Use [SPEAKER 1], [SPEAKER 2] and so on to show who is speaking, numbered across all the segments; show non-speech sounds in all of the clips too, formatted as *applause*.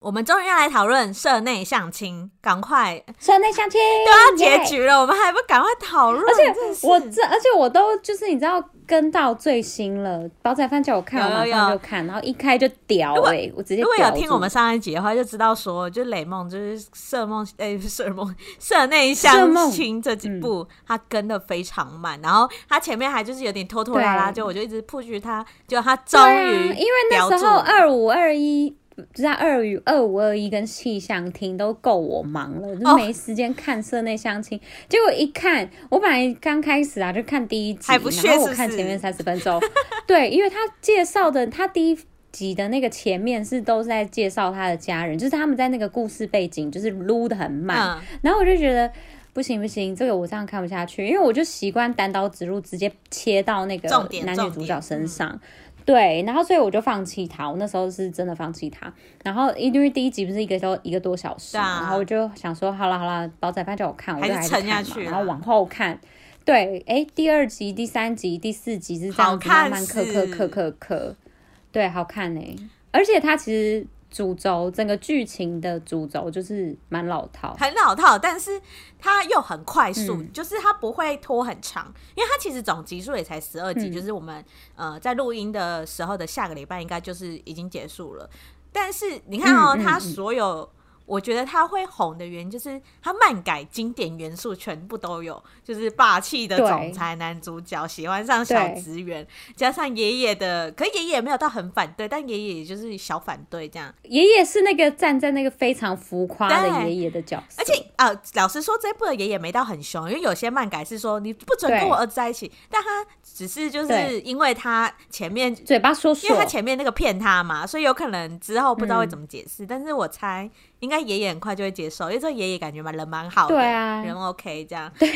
[SPEAKER 1] 我们终于要来讨论社内相亲，赶快
[SPEAKER 2] 社内相亲
[SPEAKER 1] 都要啊结
[SPEAKER 2] 耶
[SPEAKER 1] 局了，我们还不赶快讨论？
[SPEAKER 2] 而且
[SPEAKER 1] 真是
[SPEAKER 2] 我这，而且我都就是你知道跟到最新了，煲仔饭叫我看，
[SPEAKER 1] 有
[SPEAKER 2] 我马
[SPEAKER 1] 有
[SPEAKER 2] 上
[SPEAKER 1] 有
[SPEAKER 2] 就看，然后一开就屌哎、我直接
[SPEAKER 1] 如果
[SPEAKER 2] 屌
[SPEAKER 1] 有听
[SPEAKER 2] 住
[SPEAKER 1] 我们上一集的话，就知道说，就雷梦就是社梦，哎、不是社梦社内
[SPEAKER 2] 社
[SPEAKER 1] 相
[SPEAKER 2] 梦
[SPEAKER 1] 亲这几
[SPEAKER 2] 嗯
[SPEAKER 1] 部，他跟的非常慢，然后他前面还就是有点拖拖拉拉，
[SPEAKER 2] 对
[SPEAKER 1] 就我就一直 push 他，就他终
[SPEAKER 2] 对啊
[SPEAKER 1] 于、
[SPEAKER 2] 因为那时候二五二一。知道二五二五二一跟气象厅都够我忙了，就
[SPEAKER 1] 哦
[SPEAKER 2] 没时间看社内相亲。结果一看，我本来刚开始啊就看第一集，
[SPEAKER 1] 还不屑
[SPEAKER 2] 然后
[SPEAKER 1] 是
[SPEAKER 2] 我
[SPEAKER 1] 不
[SPEAKER 2] 看
[SPEAKER 1] 是
[SPEAKER 2] 前面三十分钟，对，因为他介绍的他第一集的那个前面是都是在介绍他的家人，就是他们在那个故事背景就是撸的很慢，
[SPEAKER 1] 嗯，
[SPEAKER 2] 然后我就觉得不行不行，这个我这样看不下去，因为我就习惯单刀直入，直接切到那个
[SPEAKER 1] 重点嗯
[SPEAKER 2] 男女主角
[SPEAKER 1] 重点
[SPEAKER 2] 身上。对，然后所以我就放弃他，我那时候是真的放弃他。然后因为第一集不是一个多一个多小时嘛，
[SPEAKER 1] 对啊
[SPEAKER 2] 然后我就想说，好了好了，煲仔饭叫我看，我
[SPEAKER 1] 还
[SPEAKER 2] 就是还是
[SPEAKER 1] 撑下
[SPEAKER 2] 看嘛
[SPEAKER 1] 去
[SPEAKER 2] 然后
[SPEAKER 1] 了
[SPEAKER 2] 往后看。对，哎，第二集、第三集、第四集是这
[SPEAKER 1] 好
[SPEAKER 2] 样子，
[SPEAKER 1] 看
[SPEAKER 2] 慢慢磕磕
[SPEAKER 1] 死
[SPEAKER 2] 磕磕磕，对，好看呢、而且它其实主轴整个剧情的主轴就是蛮老套，
[SPEAKER 1] 很老套，但是它又很快速，
[SPEAKER 2] 嗯
[SPEAKER 1] 就是它不会拖很长，因为它其实总集数也才十二集，
[SPEAKER 2] 嗯
[SPEAKER 1] 就是我们呃在录音的时候的下个礼拜应该就是已经结束了。但是你看哦，
[SPEAKER 2] 嗯嗯
[SPEAKER 1] 它
[SPEAKER 2] 嗯
[SPEAKER 1] 所有。我觉得它会红的原因就是它漫改经典元素全部都有，就是霸气的
[SPEAKER 2] 对
[SPEAKER 1] 总裁男主角喜欢上小
[SPEAKER 2] 对
[SPEAKER 1] 职员，加上爷爷的，可爷爷也没有到很反对，但爷爷也就是小反对这样。
[SPEAKER 2] 爷爷是那个站在那个非常浮夸的
[SPEAKER 1] 对
[SPEAKER 2] 爷爷的角色，
[SPEAKER 1] 而且呃，老实说，这一部的爷爷没到很凶，因为有些漫改是说你不准跟
[SPEAKER 2] 对
[SPEAKER 1] 我儿子在一起，但他只是就是
[SPEAKER 2] 对
[SPEAKER 1] 因为他前面，
[SPEAKER 2] 嘴巴说
[SPEAKER 1] 因为
[SPEAKER 2] 说
[SPEAKER 1] 他，前面那个骗他嘛，所以有可能之后不知道会怎么解
[SPEAKER 2] 嗯
[SPEAKER 1] 释。但是我猜应该爷爷很快就会接受，因为这个爷爷感觉蛮人蛮好的，
[SPEAKER 2] 对啊
[SPEAKER 1] 人 OK 这样。
[SPEAKER 2] 对，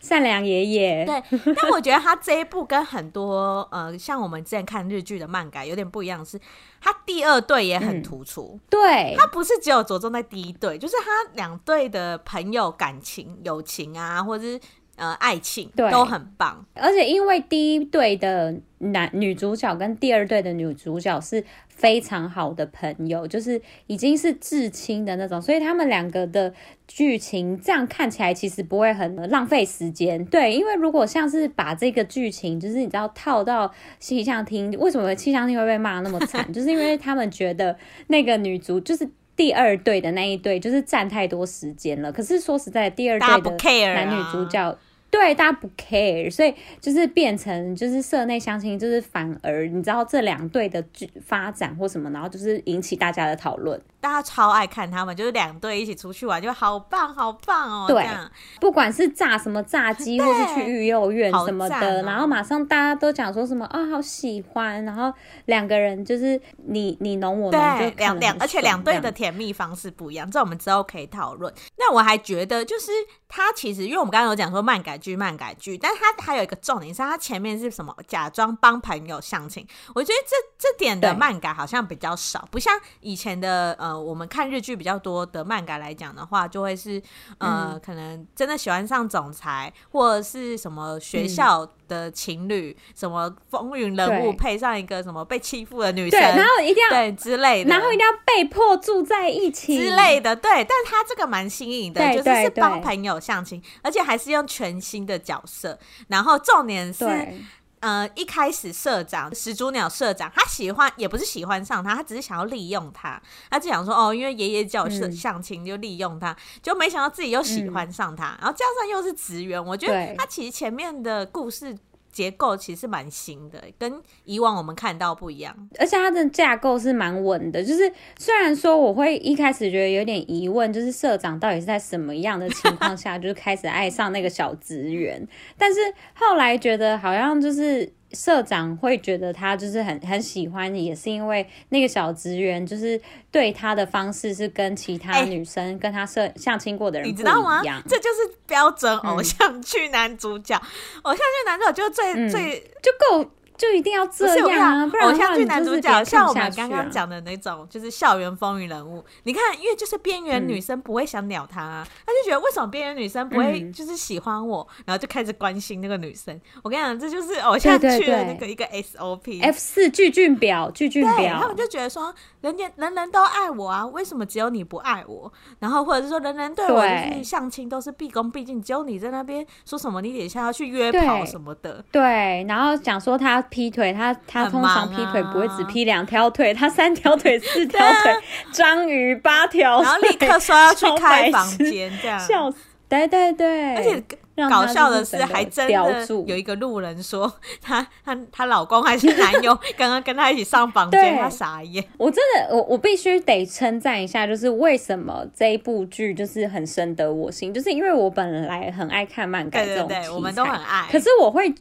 [SPEAKER 2] 善良爷爷，
[SPEAKER 1] 对，但我觉得他这一部跟很多呃，像我们之前看日剧的漫改有点不一样的是，他第二对也很
[SPEAKER 2] 嗯
[SPEAKER 1] 突出。
[SPEAKER 2] 对
[SPEAKER 1] 他不是只有着重在第一对，就是他两对的朋友感情、友情啊，或者是呃爱情，
[SPEAKER 2] 对
[SPEAKER 1] 都很棒。
[SPEAKER 2] 而且因为第一对的男女主角跟第二对的女主角是非常好的朋友，就是已经是至亲的那种，所以他们两个的剧情这样看起来其实不会很呃浪费时间。对，因为如果像是把这个剧情，就是你知道套到气象厅，为什么气象厅会被骂那么惨？ *laughs* 就是因为他们觉得那个女主就是。第二队的那一队就是占太多时间了，可是说实在，第二队
[SPEAKER 1] 大家不
[SPEAKER 2] 的
[SPEAKER 1] care 啊
[SPEAKER 2] 男女主角，对大家不 care，所以就是变成就是社内相亲，就是反而你知道这两队的剧发展或什么，然后就是引起大家的讨论。
[SPEAKER 1] 大家超爱看他们，就是两队一起出去玩，就好棒好棒哦，
[SPEAKER 2] 对
[SPEAKER 1] 这样
[SPEAKER 2] 不管是炸什么炸鸡，
[SPEAKER 1] 对
[SPEAKER 2] 或是去育幼院
[SPEAKER 1] 好
[SPEAKER 2] 什么
[SPEAKER 1] 赞
[SPEAKER 2] 的，
[SPEAKER 1] 哦
[SPEAKER 2] 然后马上大家都讲说什么啊、好喜欢，然后两个人就是你你侬我侬，就
[SPEAKER 1] 对，
[SPEAKER 2] 看
[SPEAKER 1] 两
[SPEAKER 2] 得
[SPEAKER 1] 两，
[SPEAKER 2] 很
[SPEAKER 1] 而且
[SPEAKER 2] 爽
[SPEAKER 1] 两队
[SPEAKER 2] 这
[SPEAKER 1] 的
[SPEAKER 2] 样
[SPEAKER 1] 甜蜜方式不一样，这我们之后可以讨论。那我还觉得，就是他其实，因为我们刚刚有讲说漫改剧、漫改剧，但他还有一个重点是，他前面是什么？假装帮朋友相亲。我觉得这这点的
[SPEAKER 2] 对
[SPEAKER 1] 漫改好像比较少，不像以前的呃，我们看日剧比较多的漫改来讲的话，就会是呃，
[SPEAKER 2] 嗯
[SPEAKER 1] 可能真的喜欢上总裁，或者是什么
[SPEAKER 2] 嗯
[SPEAKER 1] 学校的情侣，什么风云人物
[SPEAKER 2] 对
[SPEAKER 1] 配上一个什么被欺负的女
[SPEAKER 2] 对，
[SPEAKER 1] 生，
[SPEAKER 2] 然后一定要，
[SPEAKER 1] 对之类的，
[SPEAKER 2] 然后一定要被迫住在一起
[SPEAKER 1] 之类的，对。但他这个蛮新颖的，
[SPEAKER 2] 对
[SPEAKER 1] 就是是
[SPEAKER 2] 对
[SPEAKER 1] 帮
[SPEAKER 2] 对
[SPEAKER 1] 朋友相亲，而且还是用全新的角色。然后重点是，
[SPEAKER 2] 对。
[SPEAKER 1] 呃，一开始社长始祖鸟社长，他喜欢也不是喜欢上他，他只是想要利用他，他就想说哦，因为爷爷叫我相
[SPEAKER 2] 嗯
[SPEAKER 1] 相亲，就利用他，就没想到自己又喜欢上他，然后加上又是职员，我觉得
[SPEAKER 2] 嗯对
[SPEAKER 1] 他其实前面的故事。结构其实蛮新的，跟以往我们看到不一样。
[SPEAKER 2] 而且它的架构是蛮稳的，就是 *laughs* 虽然说我会一开始觉得有点疑问，就是社长到底是在什么样的情况下就是开始爱上那个小职员，但是后来觉得好像就是社长会觉得他就是很很喜欢你，也是因为那个小职员就是对他的方式是跟其他
[SPEAKER 1] 哎
[SPEAKER 2] 女生、跟他社相亲过的人
[SPEAKER 1] 你
[SPEAKER 2] 不
[SPEAKER 1] 知道吗
[SPEAKER 2] 一样？，嗯
[SPEAKER 1] 这就是标准偶像剧男主角。偶像剧男主角就是最、
[SPEAKER 2] 嗯
[SPEAKER 1] 最
[SPEAKER 2] 就够就一定要
[SPEAKER 1] 不
[SPEAKER 2] 这
[SPEAKER 1] 是我跟你
[SPEAKER 2] 样啊，
[SPEAKER 1] 讲
[SPEAKER 2] 不然
[SPEAKER 1] 偶
[SPEAKER 2] 的话
[SPEAKER 1] 像
[SPEAKER 2] 你
[SPEAKER 1] 剧
[SPEAKER 2] 就
[SPEAKER 1] 男
[SPEAKER 2] 是
[SPEAKER 1] 主
[SPEAKER 2] 别
[SPEAKER 1] 角，
[SPEAKER 2] 人
[SPEAKER 1] 像
[SPEAKER 2] 看
[SPEAKER 1] 我
[SPEAKER 2] 不
[SPEAKER 1] 们
[SPEAKER 2] 下
[SPEAKER 1] 刚
[SPEAKER 2] 去
[SPEAKER 1] 刚
[SPEAKER 2] 啊。
[SPEAKER 1] 讲的那种，就是校园风云人物。你看，因为就是边
[SPEAKER 2] 嗯
[SPEAKER 1] 缘女生不会想鸟他啊，他就觉得为什么边缘女生不会
[SPEAKER 2] 嗯
[SPEAKER 1] 就是喜欢我，然后就开始关心那个女生。我跟你讲，这就是偶像
[SPEAKER 2] 对
[SPEAKER 1] 剧的那
[SPEAKER 2] 对
[SPEAKER 1] 个一个 SOP。
[SPEAKER 2] F 四剧俊表，剧俊
[SPEAKER 1] 对，
[SPEAKER 2] 表
[SPEAKER 1] 哎他们，就觉得说，人家人人都爱我啊，为什么只有你不爱我？然后或者是说，人人对我
[SPEAKER 2] 对
[SPEAKER 1] 就是相亲都是毕恭毕敬，只有你在那边说什么你等一下要去约
[SPEAKER 2] 对
[SPEAKER 1] 炮什么的，
[SPEAKER 2] 对，然后讲说他劈腿，他他
[SPEAKER 1] 很
[SPEAKER 2] 通
[SPEAKER 1] 忙
[SPEAKER 2] 常劈腿不会只
[SPEAKER 1] 啊
[SPEAKER 2] 劈两条腿，他三
[SPEAKER 1] *laughs*
[SPEAKER 2] 条腿、四条腿，章鱼八条，
[SPEAKER 1] 然后立刻说要去
[SPEAKER 2] 超白
[SPEAKER 1] 开
[SPEAKER 2] 痴
[SPEAKER 1] 房
[SPEAKER 2] *laughs*
[SPEAKER 1] 间这样。
[SPEAKER 2] 哦笑死，对对对，
[SPEAKER 1] 而且
[SPEAKER 2] 让
[SPEAKER 1] 搞
[SPEAKER 2] 他
[SPEAKER 1] 笑
[SPEAKER 2] 就
[SPEAKER 1] 的是，
[SPEAKER 2] 是整个
[SPEAKER 1] 还真
[SPEAKER 2] 叼
[SPEAKER 1] 的
[SPEAKER 2] 住
[SPEAKER 1] 有一个路人说，她她她老公还是男友，刚刚跟她一起上房间，
[SPEAKER 2] *laughs* 对
[SPEAKER 1] 她傻眼。
[SPEAKER 2] 我真的，我我必须得称赞一下，就是为什么这一部剧就是很深得我心，就是因为我本来很爱看漫改
[SPEAKER 1] 对
[SPEAKER 2] 这
[SPEAKER 1] 对
[SPEAKER 2] 种
[SPEAKER 1] 对，
[SPEAKER 2] 题
[SPEAKER 1] 我们都
[SPEAKER 2] 材
[SPEAKER 1] 很爱。
[SPEAKER 2] 可是我会，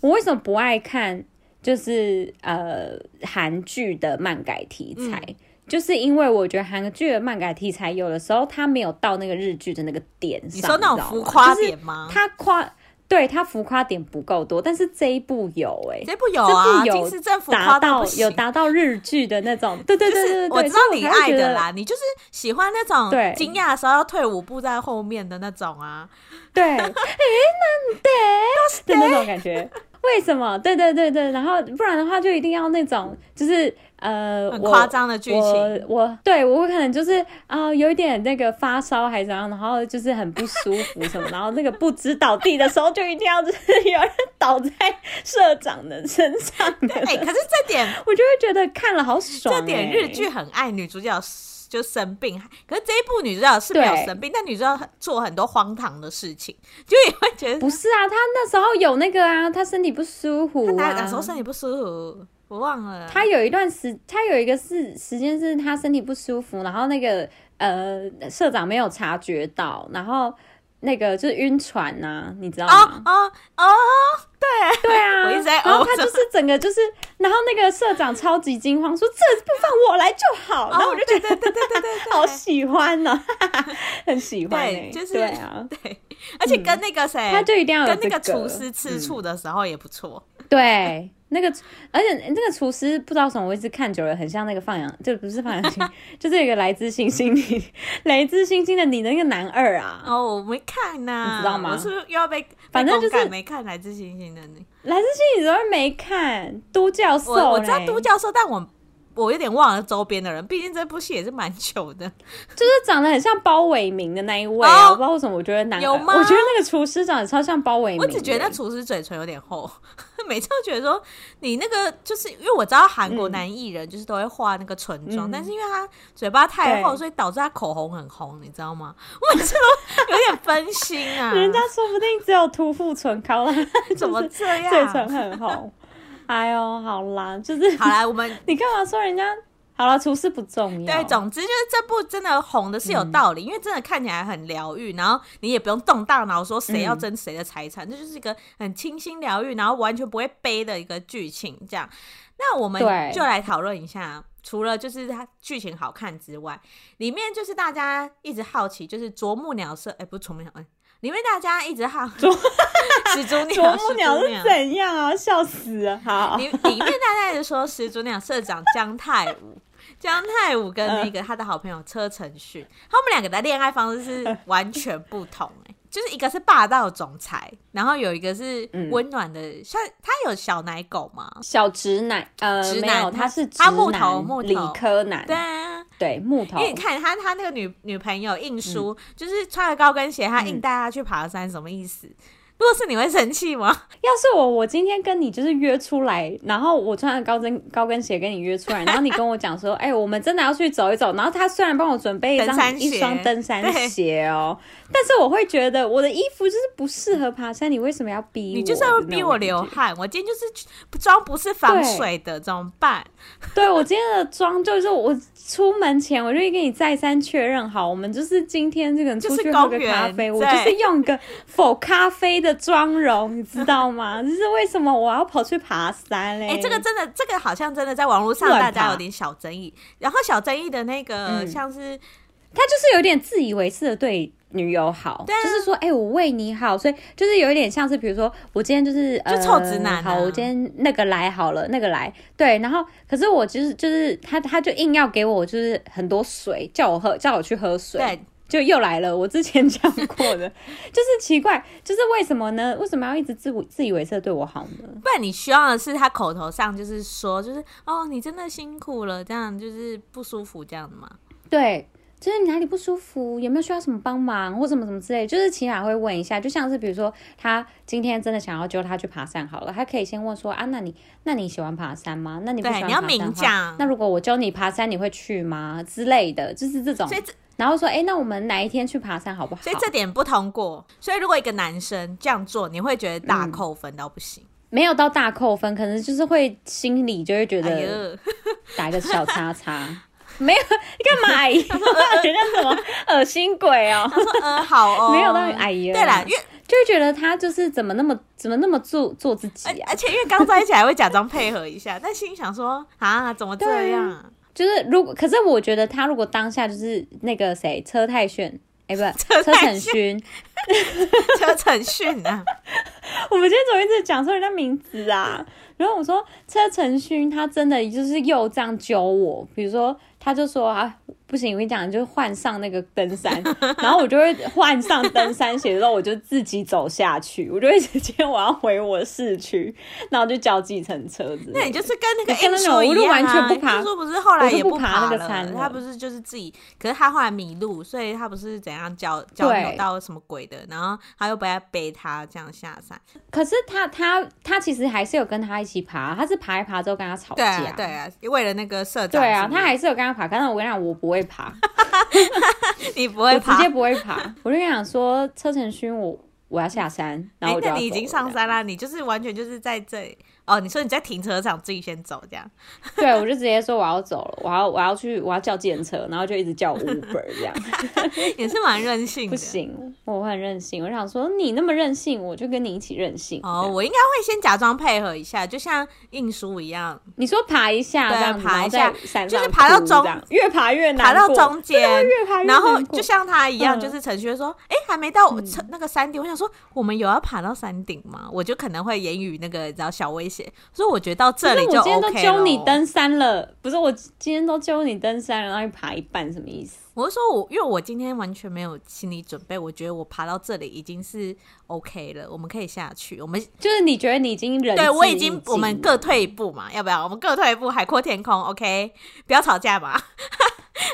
[SPEAKER 2] 我为什么不爱看就是呃韩剧的漫改题材？
[SPEAKER 1] 嗯
[SPEAKER 2] 就是因为我觉得韩剧的漫改题材有的时候它没有到那个日剧的那个点上，
[SPEAKER 1] 你说那种
[SPEAKER 2] 知道
[SPEAKER 1] 浮
[SPEAKER 2] 吗
[SPEAKER 1] 夸
[SPEAKER 2] 就是
[SPEAKER 1] 点吗？
[SPEAKER 2] 它夸对它浮夸点不够多，但是这一部有哎、
[SPEAKER 1] 这部有
[SPEAKER 2] 这部
[SPEAKER 1] 啊，
[SPEAKER 2] 有
[SPEAKER 1] 金市政府
[SPEAKER 2] 达
[SPEAKER 1] 夸到
[SPEAKER 2] 到
[SPEAKER 1] 不
[SPEAKER 2] 有
[SPEAKER 1] 行。
[SPEAKER 2] 达到日剧的那种，对对
[SPEAKER 1] 就
[SPEAKER 2] 对对
[SPEAKER 1] 是
[SPEAKER 2] 对，
[SPEAKER 1] 我
[SPEAKER 2] 对
[SPEAKER 1] 知道
[SPEAKER 2] 所以
[SPEAKER 1] 你
[SPEAKER 2] 才会
[SPEAKER 1] 爱
[SPEAKER 2] 觉
[SPEAKER 1] 的
[SPEAKER 2] 得
[SPEAKER 1] 啦，你就是喜欢那种
[SPEAKER 2] 对
[SPEAKER 1] 惊讶的时候要退五步在后面的那种啊。
[SPEAKER 2] 对， *laughs* 哎，难得的那种感觉。为什么？对对对对，然后不然的话就一定要那种，就是呃，
[SPEAKER 1] 很
[SPEAKER 2] 我
[SPEAKER 1] 夸张的剧情
[SPEAKER 2] 我我对我可能就是啊、有一点那个发烧还是怎样，然后就是很不舒服
[SPEAKER 1] *laughs*
[SPEAKER 2] 什么，然后那个不知倒地的时候，就一定要就是有人倒在社长的身上的，
[SPEAKER 1] 哎、可是这点
[SPEAKER 2] *laughs* 我就会觉得看了好爽、
[SPEAKER 1] 这点
[SPEAKER 2] 哎
[SPEAKER 1] 日剧很爱女主角就生病，可是这一部女主角是没有
[SPEAKER 2] 对
[SPEAKER 1] 生病，但女主角很做很多荒唐的事情，就也会觉得
[SPEAKER 2] 不是啊，他那时候有那个啊，他身体不舒服、啊，
[SPEAKER 1] 哪哪时候身体不舒服，我忘了。
[SPEAKER 2] 他有一段时，他有一个是时间是他身体不舒服，然后那个呃社长没有察觉到，然后那个就是晕船呐、你知道
[SPEAKER 1] 哦
[SPEAKER 2] 吗？
[SPEAKER 1] 哦哦，
[SPEAKER 2] 对啊，
[SPEAKER 1] *laughs* 我一直在
[SPEAKER 2] 然后
[SPEAKER 1] 哦
[SPEAKER 2] 他就是整个就是，然后那个社长超级惊慌，说这部分我来就好，然后我就觉得
[SPEAKER 1] 对对对哦对对对，
[SPEAKER 2] 好喜欢呢、 *laughs* 很喜欢、欸，
[SPEAKER 1] 对就是
[SPEAKER 2] 对啊， *laughs*
[SPEAKER 1] 对，而且跟那个谁，
[SPEAKER 2] 嗯他就一定要有
[SPEAKER 1] 跟
[SPEAKER 2] 这
[SPEAKER 1] 那
[SPEAKER 2] 个嗯
[SPEAKER 1] 个厨师吃醋的时候也不错。
[SPEAKER 2] 对，那个，而且那个厨师不知道为什么，我一直看久了，很像那个放羊，就不
[SPEAKER 1] *laughs*
[SPEAKER 2] 是放羊星，就是有一个来自星星你，来自星星的你的那个男二啊，
[SPEAKER 1] 哦，我没看呐、
[SPEAKER 2] 你知道吗
[SPEAKER 1] 我是不是又要被
[SPEAKER 2] 反正
[SPEAKER 1] 被公
[SPEAKER 2] 就是
[SPEAKER 1] 干没看《来自星星的你》
[SPEAKER 2] 来自星星你怎么没看？都教授嘞，欸
[SPEAKER 1] 我我知道都教授，但我我有点忘了周边的人，毕竟这部戏也是蛮久的。
[SPEAKER 2] 就是长得很像包伟明的那一位啊，
[SPEAKER 1] 哦
[SPEAKER 2] 我不知道为什么，我觉得男
[SPEAKER 1] 有
[SPEAKER 2] 二
[SPEAKER 1] 吗
[SPEAKER 2] 我觉得那个厨师长得超像包伟明
[SPEAKER 1] 我
[SPEAKER 2] 的，
[SPEAKER 1] 只觉得那厨师嘴唇有点厚， *laughs* 每次都觉得说你那个就是因为我知道韩国男艺人就是都会画那个唇妆，
[SPEAKER 2] 嗯
[SPEAKER 1] 但是因为他嘴巴太厚，
[SPEAKER 2] 对
[SPEAKER 1] 所以导致他口红很红，你知道吗？ *laughs* 我每次都有点分心啊，
[SPEAKER 2] *laughs* 人家说不定只有涂护唇膏了，
[SPEAKER 1] 怎么这样？
[SPEAKER 2] 嘴唇很红，哎呦，好啦，就是
[SPEAKER 1] 啊好啦，我们
[SPEAKER 2] 你干嘛说人家？好了，厨师不重要。嗯
[SPEAKER 1] 对，总之就是这部真的红的是有道理，因为真的看起来很疗愈，然后你也不用动大脑说谁要争谁的财
[SPEAKER 2] 嗯
[SPEAKER 1] 产，这就是一个很清新疗愈，然后完全不会悲的一个剧情。这样，那我们
[SPEAKER 2] 对
[SPEAKER 1] 就来讨论一下，除了就是它剧情好看之外，里面就是大家一直好奇，就是啄木鸟社，哎、不是啄木鸟，哎、里面大家一直好啄
[SPEAKER 2] *laughs*
[SPEAKER 1] 始祖鸟，
[SPEAKER 2] 啄木鸟
[SPEAKER 1] 始祖
[SPEAKER 2] 是怎样啊？笑死了！好，
[SPEAKER 1] 里里面大概就说始祖鸟社长姜泰武，姜泰武跟那
[SPEAKER 2] 嗯
[SPEAKER 1] 个他的好朋友车承旭，他们两个的恋爱方式
[SPEAKER 2] *laughs*
[SPEAKER 1] 是完全不同、欸，就是一个是霸道总裁，然后有一个是
[SPEAKER 2] 嗯
[SPEAKER 1] 温暖的，像他有小奶狗嘛，
[SPEAKER 2] 小直男，呃，
[SPEAKER 1] 直
[SPEAKER 2] 没
[SPEAKER 1] 男
[SPEAKER 2] 有，
[SPEAKER 1] 他
[SPEAKER 2] 他是直
[SPEAKER 1] 他木
[SPEAKER 2] 男
[SPEAKER 1] 头木头
[SPEAKER 2] 理科男，
[SPEAKER 1] 对啊。
[SPEAKER 2] 对木头
[SPEAKER 1] 因，为你看他，他那个女女朋友硬输，
[SPEAKER 2] 嗯
[SPEAKER 1] 就是穿着高跟鞋，他硬带她去爬山，什么意思？如果是你会生气吗？
[SPEAKER 2] 要是我，我今天跟你就是约出来，然后我穿着高跟高跟鞋跟你
[SPEAKER 1] *laughs*
[SPEAKER 2] 约出来，然后你跟我讲说，哎、我们真的要去走一走。然后他虽然帮我准备一
[SPEAKER 1] 登山
[SPEAKER 2] 张
[SPEAKER 1] 鞋
[SPEAKER 2] 一双登山
[SPEAKER 1] 对
[SPEAKER 2] 鞋哦，但是我会觉得我的衣服就是不适合爬山，你为什么要逼我？
[SPEAKER 1] 你就是要
[SPEAKER 2] 那种
[SPEAKER 1] 逼我
[SPEAKER 2] 感觉
[SPEAKER 1] 流汗，我今天就是妆不是防
[SPEAKER 2] 对
[SPEAKER 1] 水的，怎么办？
[SPEAKER 2] *laughs* 对我今天的妆就是我出门前我就跟你再三确认好，我们就是今天这个人
[SPEAKER 1] 就
[SPEAKER 2] 出
[SPEAKER 1] 是
[SPEAKER 2] 去喝个
[SPEAKER 1] 公园
[SPEAKER 2] 咖啡，我就
[SPEAKER 1] 对
[SPEAKER 2] 是用一个否咖啡的妆容，你知道吗？ *laughs* 这是为什么我要跑去爬山嘞？
[SPEAKER 1] 哎、这个真的，这个好像真的在网络上
[SPEAKER 2] 乱
[SPEAKER 1] 大家
[SPEAKER 2] 爬
[SPEAKER 1] 有点小争议。然后小争议的那个、
[SPEAKER 2] 嗯
[SPEAKER 1] 像是
[SPEAKER 2] 他就是有点自以为是的对女友好，
[SPEAKER 1] 对啊
[SPEAKER 2] 就是说，哎、我为你好，所以就是有一点像是，比如说，我今天就是
[SPEAKER 1] 就臭直男啊
[SPEAKER 2] 呃，好，我今天那个来好了，那个来，对，然后可是我就是就是他他就硬要给我就是很多水，叫我喝，叫我去喝水，
[SPEAKER 1] 对，
[SPEAKER 2] 就又来了，我之前讲过 *laughs* 的，就是奇怪，就是为什么呢？为什么要一直自我自以为是的对我好呢？
[SPEAKER 1] 不然你希望的是他口头上就是说，就是哦，你真的辛苦了，这样就是不舒服这样的嘛。
[SPEAKER 2] 对，就是你哪里不舒服，有没有需要什么帮忙或什么什么之类，就是起码会问一下。就像是比如说，他今天真的想要揪他去爬山好了，他可以先问说啊，那你那你喜欢爬山吗？那你不
[SPEAKER 1] 对
[SPEAKER 2] 喜欢
[SPEAKER 1] 你要
[SPEAKER 2] 爬山
[SPEAKER 1] 明
[SPEAKER 2] 的话
[SPEAKER 1] 讲
[SPEAKER 2] 那如果我揪你爬山，你会去吗？之类的，就是这种
[SPEAKER 1] 所。以这
[SPEAKER 2] 然后说，哎、那我们哪一天去爬山好不好？
[SPEAKER 1] 所以这点不通过。所以如果一个男生这样做，你会觉得
[SPEAKER 2] 嗯
[SPEAKER 1] 大扣分到不行。
[SPEAKER 2] 没有到大扣分，可能就是会心里就会觉
[SPEAKER 1] 哎
[SPEAKER 2] 得
[SPEAKER 1] 呦，
[SPEAKER 2] 打一个小叉叉。没有，你干嘛？ *laughs* 阿姨，觉得呃什么恶心鬼哦？
[SPEAKER 1] 他说嗯好哦，
[SPEAKER 2] *laughs* 没有到哎呀，
[SPEAKER 1] 对啦，因为
[SPEAKER 2] 就会觉得他就是怎么那么怎么那么做做自己
[SPEAKER 1] 而
[SPEAKER 2] 啊？
[SPEAKER 1] 而且因为刚在一起还会假装配合一下，但心里想说啊怎么这
[SPEAKER 2] 对
[SPEAKER 1] 样？ *laughs*
[SPEAKER 2] 啊就是如果，可是我觉得他如果当下就是那个谁，车太炫，哎、不，
[SPEAKER 1] 车
[SPEAKER 2] *laughs* 车
[SPEAKER 1] 太
[SPEAKER 2] 承
[SPEAKER 1] 铉
[SPEAKER 2] 勋，
[SPEAKER 1] 车承训啊，
[SPEAKER 2] *laughs* 我们今天怎么一直讲错人家名字啊？然后我说车承勋，他真的就是又这样揪我，比如说他就说啊，不行，我跟你讲，你就换上那个登
[SPEAKER 1] *laughs*
[SPEAKER 2] 山，然后我就会换上登山鞋之后，我就自己走下去，我就会直接我要回我市区，然后就叫计程车之类的。
[SPEAKER 1] 那你就是跟那个
[SPEAKER 2] 你跟
[SPEAKER 1] 英
[SPEAKER 2] 那
[SPEAKER 1] 叔
[SPEAKER 2] 种
[SPEAKER 1] 一
[SPEAKER 2] 我就
[SPEAKER 1] 样
[SPEAKER 2] 完
[SPEAKER 1] 啊。
[SPEAKER 2] 全不爬
[SPEAKER 1] 英叔不是后来
[SPEAKER 2] 我就
[SPEAKER 1] 也
[SPEAKER 2] 不爬
[SPEAKER 1] 爬
[SPEAKER 2] 那个
[SPEAKER 1] 了，
[SPEAKER 2] 山了
[SPEAKER 1] 他不是就是自己，可是他后来迷路，所以他不是怎样脚脚
[SPEAKER 2] 对
[SPEAKER 1] 扭到什么鬼的，然后他又不要背他这样下山。
[SPEAKER 2] 可是他他他其实还是有跟他一起爬，他是爬一爬之后跟他吵
[SPEAKER 1] 对
[SPEAKER 2] 架，
[SPEAKER 1] 啊，对啊，为了那个社长
[SPEAKER 2] 对啊
[SPEAKER 1] 是不是
[SPEAKER 2] 他还是有跟他爬。但是我跟你讲，我不会爬，
[SPEAKER 1] 你不
[SPEAKER 2] 我
[SPEAKER 1] 会
[SPEAKER 2] 直
[SPEAKER 1] 爬，
[SPEAKER 2] 接不会爬。 *laughs* 我就跟你讲说，车承勋，我我要下山，
[SPEAKER 1] 哎
[SPEAKER 2] 然后我，就
[SPEAKER 1] 那
[SPEAKER 2] 要
[SPEAKER 1] 你已
[SPEAKER 2] 走
[SPEAKER 1] 经
[SPEAKER 2] 了
[SPEAKER 1] 上
[SPEAKER 2] 这样
[SPEAKER 1] 山啦，你就是完全就是在这里哦。你说你在停车场自己先走这样，
[SPEAKER 2] 对，我就直接说我要走了，我要我要去，我要叫计程车，然后就一直
[SPEAKER 1] *laughs*
[SPEAKER 2] 叫 Uber 这样，
[SPEAKER 1] 也是蛮任性的。
[SPEAKER 2] 不行，我很任性。我想说你那么任性，我就跟你一起任性。
[SPEAKER 1] 哦，
[SPEAKER 2] 这样，
[SPEAKER 1] 我应该会先假装配合一下，就像印书一样，
[SPEAKER 2] 你说爬一下
[SPEAKER 1] 对
[SPEAKER 2] 这样子，
[SPEAKER 1] 爬
[SPEAKER 2] 然后
[SPEAKER 1] 一下
[SPEAKER 2] 在山
[SPEAKER 1] 就是
[SPEAKER 2] 上
[SPEAKER 1] 爬到
[SPEAKER 2] 哭
[SPEAKER 1] 中
[SPEAKER 2] 这样越爬越难
[SPEAKER 1] 爬到
[SPEAKER 2] 过啊
[SPEAKER 1] 中
[SPEAKER 2] *laughs*
[SPEAKER 1] 间，
[SPEAKER 2] 越爬越
[SPEAKER 1] 然后
[SPEAKER 2] 难过
[SPEAKER 1] 就像他一样，
[SPEAKER 2] 嗯
[SPEAKER 1] 就是程序员说：“哎、还没到我车那个山顶。”我想说，我们有要爬到山顶吗？我就可能会言语那个然后小威胁，所以我觉得到这
[SPEAKER 2] 可
[SPEAKER 1] 里
[SPEAKER 2] 是
[SPEAKER 1] 就
[SPEAKER 2] 我今天都
[SPEAKER 1] OK
[SPEAKER 2] 揪你
[SPEAKER 1] 咯。
[SPEAKER 2] 登山了，不是我今天都揪你登山了，然后你爬一半，什么意思？
[SPEAKER 1] 我是说我，因为我今天完全没有心理准备，我觉得我爬到这里已经是 OK 了，我们可以下去。我们
[SPEAKER 2] 就是你觉得你已经忍，
[SPEAKER 1] 对我已经我们各退一步嘛，要不要？我们各退一步，海阔天空，OK？不要吵架嘛， *laughs*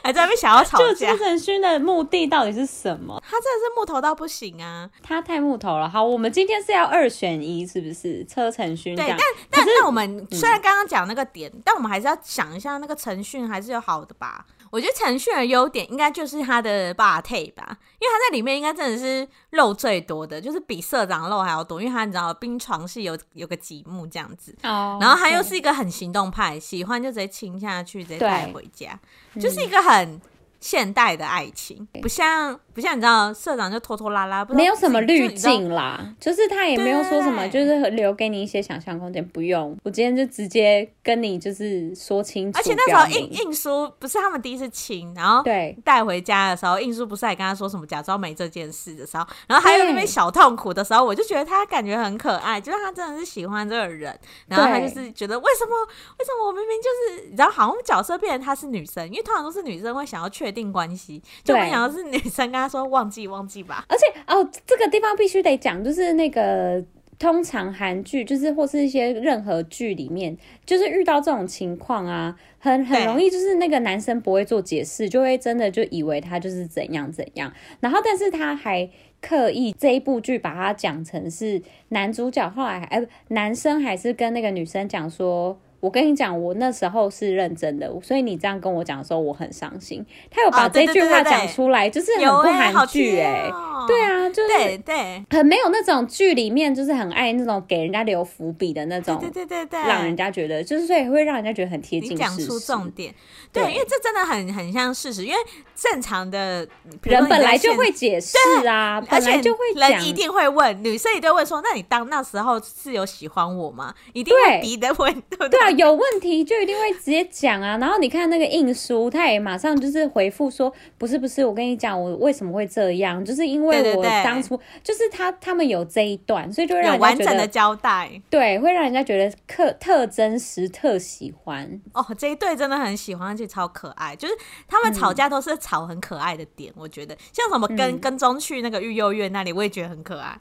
[SPEAKER 1] 还在那边想要吵
[SPEAKER 2] 就
[SPEAKER 1] 架
[SPEAKER 2] 金，承勋的目的到底是什么？
[SPEAKER 1] 他真的是木头到不行啊。
[SPEAKER 2] 他太木头了。好，我们今天是要二选一，是不是？车承勋
[SPEAKER 1] 对
[SPEAKER 2] 这样，
[SPEAKER 1] 但但我们虽然刚刚讲那个点，
[SPEAKER 2] 嗯
[SPEAKER 1] 但我们还是要想一下那个程序还是有好的吧。我觉得程序的优点应该就是他的霸退吧，因为他在里面应该真的是肉最多的，就是比社长肉还要多，因为他你知道冰床是有有个几幕这样子，
[SPEAKER 2] 哦
[SPEAKER 1] 然后他又是一个很行动派，喜欢就直接亲下去，直接
[SPEAKER 2] 对嗯
[SPEAKER 1] 带回家，就是一个很现代的爱情，不像不像你知道社长就拖拖拉拉，不知道
[SPEAKER 2] 没有什么
[SPEAKER 1] 自己
[SPEAKER 2] 滤，
[SPEAKER 1] 就你知道
[SPEAKER 2] 镜啦，就是他也没有说什么，就
[SPEAKER 1] 对
[SPEAKER 2] 是留给你一些想象空间。不用，我今天就直接跟你就是说清楚，
[SPEAKER 1] 而且那时候
[SPEAKER 2] 表明
[SPEAKER 1] 印印书不是他们第一次亲，然后
[SPEAKER 2] 对
[SPEAKER 1] 带回家的时候，印叔不是还跟他说什么假装没这件事的时候，然后他又那边
[SPEAKER 2] 对
[SPEAKER 1] 小痛苦的时候，我就觉得他感觉很可爱，就是他真的是喜欢这个人，然后他
[SPEAKER 2] 对
[SPEAKER 1] 就是觉得为什么为什么我明明就是你知道，好像角色变成他是女生，因为通常都是女生会想要确定关系，就
[SPEAKER 2] 对
[SPEAKER 1] 没想到是女生跟他说忘记忘记吧，
[SPEAKER 2] 而且哦，这个地方必须得讲，就是那个通常韩剧，就是或是一些任何剧里面，就是遇到这种情况啊，很很
[SPEAKER 1] 对
[SPEAKER 2] 容易就是那个男生不会做解释，就会真的就以为他就是怎样怎样，然后但是他还。刻意这一部剧把它讲成是男主角后来还哎、不男生还是跟那个女生讲说，我跟你讲，我那时候是认真的，所以你这样跟我讲的时候我很伤心。他有把
[SPEAKER 1] 哦对
[SPEAKER 2] 这
[SPEAKER 1] 对对
[SPEAKER 2] 句话
[SPEAKER 1] 对 *laughs*
[SPEAKER 2] 讲
[SPEAKER 1] 对
[SPEAKER 2] 出来，就是
[SPEAKER 1] 有
[SPEAKER 2] 很不
[SPEAKER 1] 哎、好
[SPEAKER 2] 韩剧哎、
[SPEAKER 1] 哎、
[SPEAKER 2] 对，啊，就是
[SPEAKER 1] 对对
[SPEAKER 2] 很没有那种剧里面就是很爱那种给人家留伏笔的那种，
[SPEAKER 1] 对对对对，
[SPEAKER 2] 让人家觉得就是所以会让人家觉得很贴
[SPEAKER 1] 你
[SPEAKER 2] 近
[SPEAKER 1] 讲
[SPEAKER 2] 事
[SPEAKER 1] 出
[SPEAKER 2] 实。
[SPEAKER 1] 重点，对，
[SPEAKER 2] 对
[SPEAKER 1] 因为这真的很很像事实，因为正常的比如说
[SPEAKER 2] 人
[SPEAKER 1] 你
[SPEAKER 2] 本
[SPEAKER 1] 在
[SPEAKER 2] 来就
[SPEAKER 1] 现
[SPEAKER 2] 会解释啊，
[SPEAKER 1] 而
[SPEAKER 2] 本来
[SPEAKER 1] 且
[SPEAKER 2] 就会讲
[SPEAKER 1] 人一定会问，女生一定会问说：“那你当那时候是有喜欢我吗？”一定会
[SPEAKER 2] 对
[SPEAKER 1] 逼的问，对不
[SPEAKER 2] 对啊，有问题就一定会直接讲啊。然后你看那个印书，他也马上就是回复说，不是不是，我跟你讲，我为什么会这样，就是因
[SPEAKER 1] 对
[SPEAKER 2] 为
[SPEAKER 1] 对
[SPEAKER 2] 我
[SPEAKER 1] 对
[SPEAKER 2] 当初就是他他们有这一段，所以就会让
[SPEAKER 1] 有
[SPEAKER 2] 人家
[SPEAKER 1] 完
[SPEAKER 2] 觉
[SPEAKER 1] 整
[SPEAKER 2] 得
[SPEAKER 1] 的交代
[SPEAKER 2] 对，会让人家觉得特特真实、特喜欢。
[SPEAKER 1] 哦。这一对真的很喜欢，而且超可爱。就是他们吵架都是吵很可爱的点，我觉得像什么跟、跟踪去那个育幼院那里，我也觉得很可爱。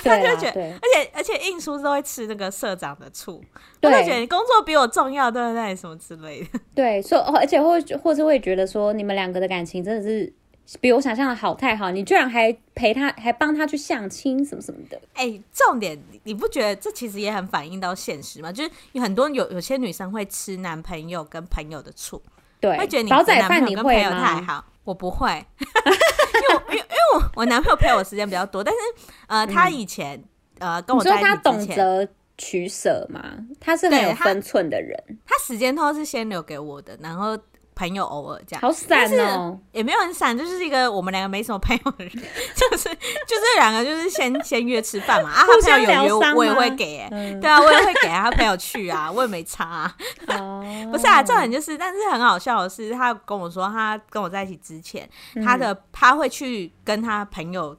[SPEAKER 1] *laughs*
[SPEAKER 2] 对
[SPEAKER 1] 他就
[SPEAKER 2] 啊，
[SPEAKER 1] 觉得，
[SPEAKER 2] 对
[SPEAKER 1] 而且而且印书都会吃那个社长的醋，我就觉得
[SPEAKER 2] 对
[SPEAKER 1] 你工作比我重要，对不对？什么之类的，
[SPEAKER 2] 对，所以哦而且或或是会觉得说，你们两个的感情真的是比我想象的好太好，你居然还陪他，还帮他去相亲什么什么的。
[SPEAKER 1] 哎、重点你你不觉得这其实也很反映到现实吗？就是有很多有有些女生会吃男朋友跟朋友的醋，
[SPEAKER 2] 对
[SPEAKER 1] 会觉得，你
[SPEAKER 2] 煲
[SPEAKER 1] 的
[SPEAKER 2] 仔
[SPEAKER 1] 男
[SPEAKER 2] 饭
[SPEAKER 1] 朋
[SPEAKER 2] 你
[SPEAKER 1] 友跟朋
[SPEAKER 2] 会
[SPEAKER 1] 友太
[SPEAKER 2] 吗？
[SPEAKER 1] 好，我不会， *laughs* 因为我因为因为我我男朋友陪我时间比较多，但是呃，他以前、呃跟
[SPEAKER 2] 嗯你
[SPEAKER 1] 我
[SPEAKER 2] 说
[SPEAKER 1] 在一
[SPEAKER 2] 他
[SPEAKER 1] 起之
[SPEAKER 2] 懂
[SPEAKER 1] 前，
[SPEAKER 2] 得取舍吗？他是很
[SPEAKER 1] 对
[SPEAKER 2] 有
[SPEAKER 1] 他
[SPEAKER 2] 分寸的人，
[SPEAKER 1] 他时间都是先留给我的，然后朋友偶尔这样。
[SPEAKER 2] 好散
[SPEAKER 1] 但是 *laughs*
[SPEAKER 2] 哦。
[SPEAKER 1] 也没有很散，就是一个我们两个没什么朋友的人， *laughs* 就是就是两个就是先 *laughs* 先约吃饭嘛，啊，
[SPEAKER 2] 互
[SPEAKER 1] 他
[SPEAKER 2] 相
[SPEAKER 1] 朋友有约
[SPEAKER 2] 疗伤
[SPEAKER 1] 我也
[SPEAKER 2] 吗
[SPEAKER 1] 会给、欸，
[SPEAKER 2] 嗯
[SPEAKER 1] 对啊，我也会给啊，他朋友去啊， *laughs* 我也没差、啊，
[SPEAKER 2] 哦，
[SPEAKER 1] 不是啊，重点就是，但是很好笑的是，他跟我说他跟我在一起之前，
[SPEAKER 2] 嗯
[SPEAKER 1] 他的他会去跟他朋友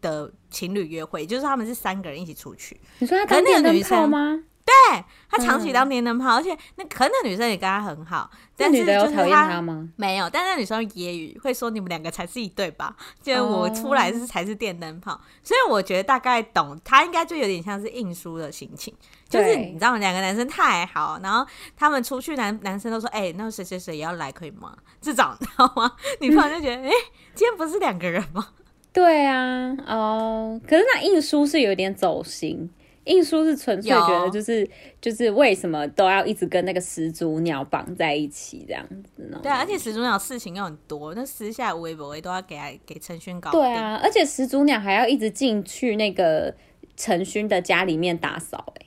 [SPEAKER 1] 的情侣约会，就是他们是三个人一起出去，
[SPEAKER 2] 你说他
[SPEAKER 1] 可是
[SPEAKER 2] 当
[SPEAKER 1] 那个
[SPEAKER 2] 电灯
[SPEAKER 1] 女
[SPEAKER 2] 泡
[SPEAKER 1] 生
[SPEAKER 2] 吗？
[SPEAKER 1] 对他长
[SPEAKER 2] 嗯
[SPEAKER 1] 期当电灯泡，而且那可能那女生也跟他很好，
[SPEAKER 2] 那
[SPEAKER 1] 但是
[SPEAKER 2] 女的有
[SPEAKER 1] 就是
[SPEAKER 2] 讨厌他吗？
[SPEAKER 1] 没有，但那女生揶揄会说你们两个才是一对吧？就我出来
[SPEAKER 2] 哦
[SPEAKER 1] 是才是电灯泡，所以我觉得大概懂，他应该就有点像是印书的心情，就是
[SPEAKER 2] 对
[SPEAKER 1] 你知道两个男生太好，然后他们出去男男生都说哎、那谁谁谁也要来可以吗？这种你知道吗？女朋友就觉得哎、今天不是两个人吗？
[SPEAKER 2] 对啊，哦，可是那印书是有点走心，印书是纯粹
[SPEAKER 1] 有
[SPEAKER 2] 觉得就是就是为什么都要一直跟那个始祖鸟绑在一起这样子呢？
[SPEAKER 1] 对啊，而且始祖鸟事情又很多，那私下微博都要给他给陈勋搞定。
[SPEAKER 2] 对啊，而且始祖鸟还要一直进去那个陈勋的家里面打扫、欸，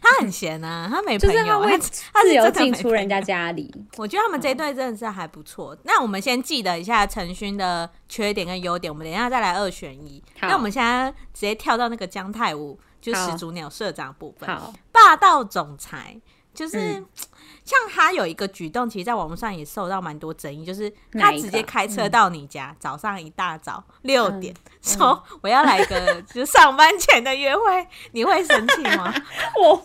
[SPEAKER 1] 他很闲啊，他没
[SPEAKER 2] 就
[SPEAKER 1] 朋
[SPEAKER 2] 是
[SPEAKER 1] 友，
[SPEAKER 2] 他会
[SPEAKER 1] 他他是
[SPEAKER 2] 自由
[SPEAKER 1] 真的
[SPEAKER 2] 进
[SPEAKER 1] 没
[SPEAKER 2] 出
[SPEAKER 1] 朋
[SPEAKER 2] 人家
[SPEAKER 1] 友
[SPEAKER 2] 家里。
[SPEAKER 1] 我觉得他
[SPEAKER 2] 嗯
[SPEAKER 1] 们这一对真的是还不错。那我们先记得一下陈勋的缺点跟优点，我们等一下再来二选一。
[SPEAKER 2] 好
[SPEAKER 1] 那我们现在直接跳到那个姜太武，就是
[SPEAKER 2] 好
[SPEAKER 1] 始祖鸟社长部分，
[SPEAKER 2] 好，
[SPEAKER 1] 霸道总裁，就是、
[SPEAKER 2] 嗯
[SPEAKER 1] 像他有一个举动，其实在网络上也受到蛮多争议，就是
[SPEAKER 2] 哪
[SPEAKER 1] 他
[SPEAKER 2] 一个嗯
[SPEAKER 1] 直接开车到你家，早上一大早六点、说我要来一
[SPEAKER 2] *laughs*
[SPEAKER 1] 个就是上班前的约会，你会生气吗？ *laughs*
[SPEAKER 2] 我会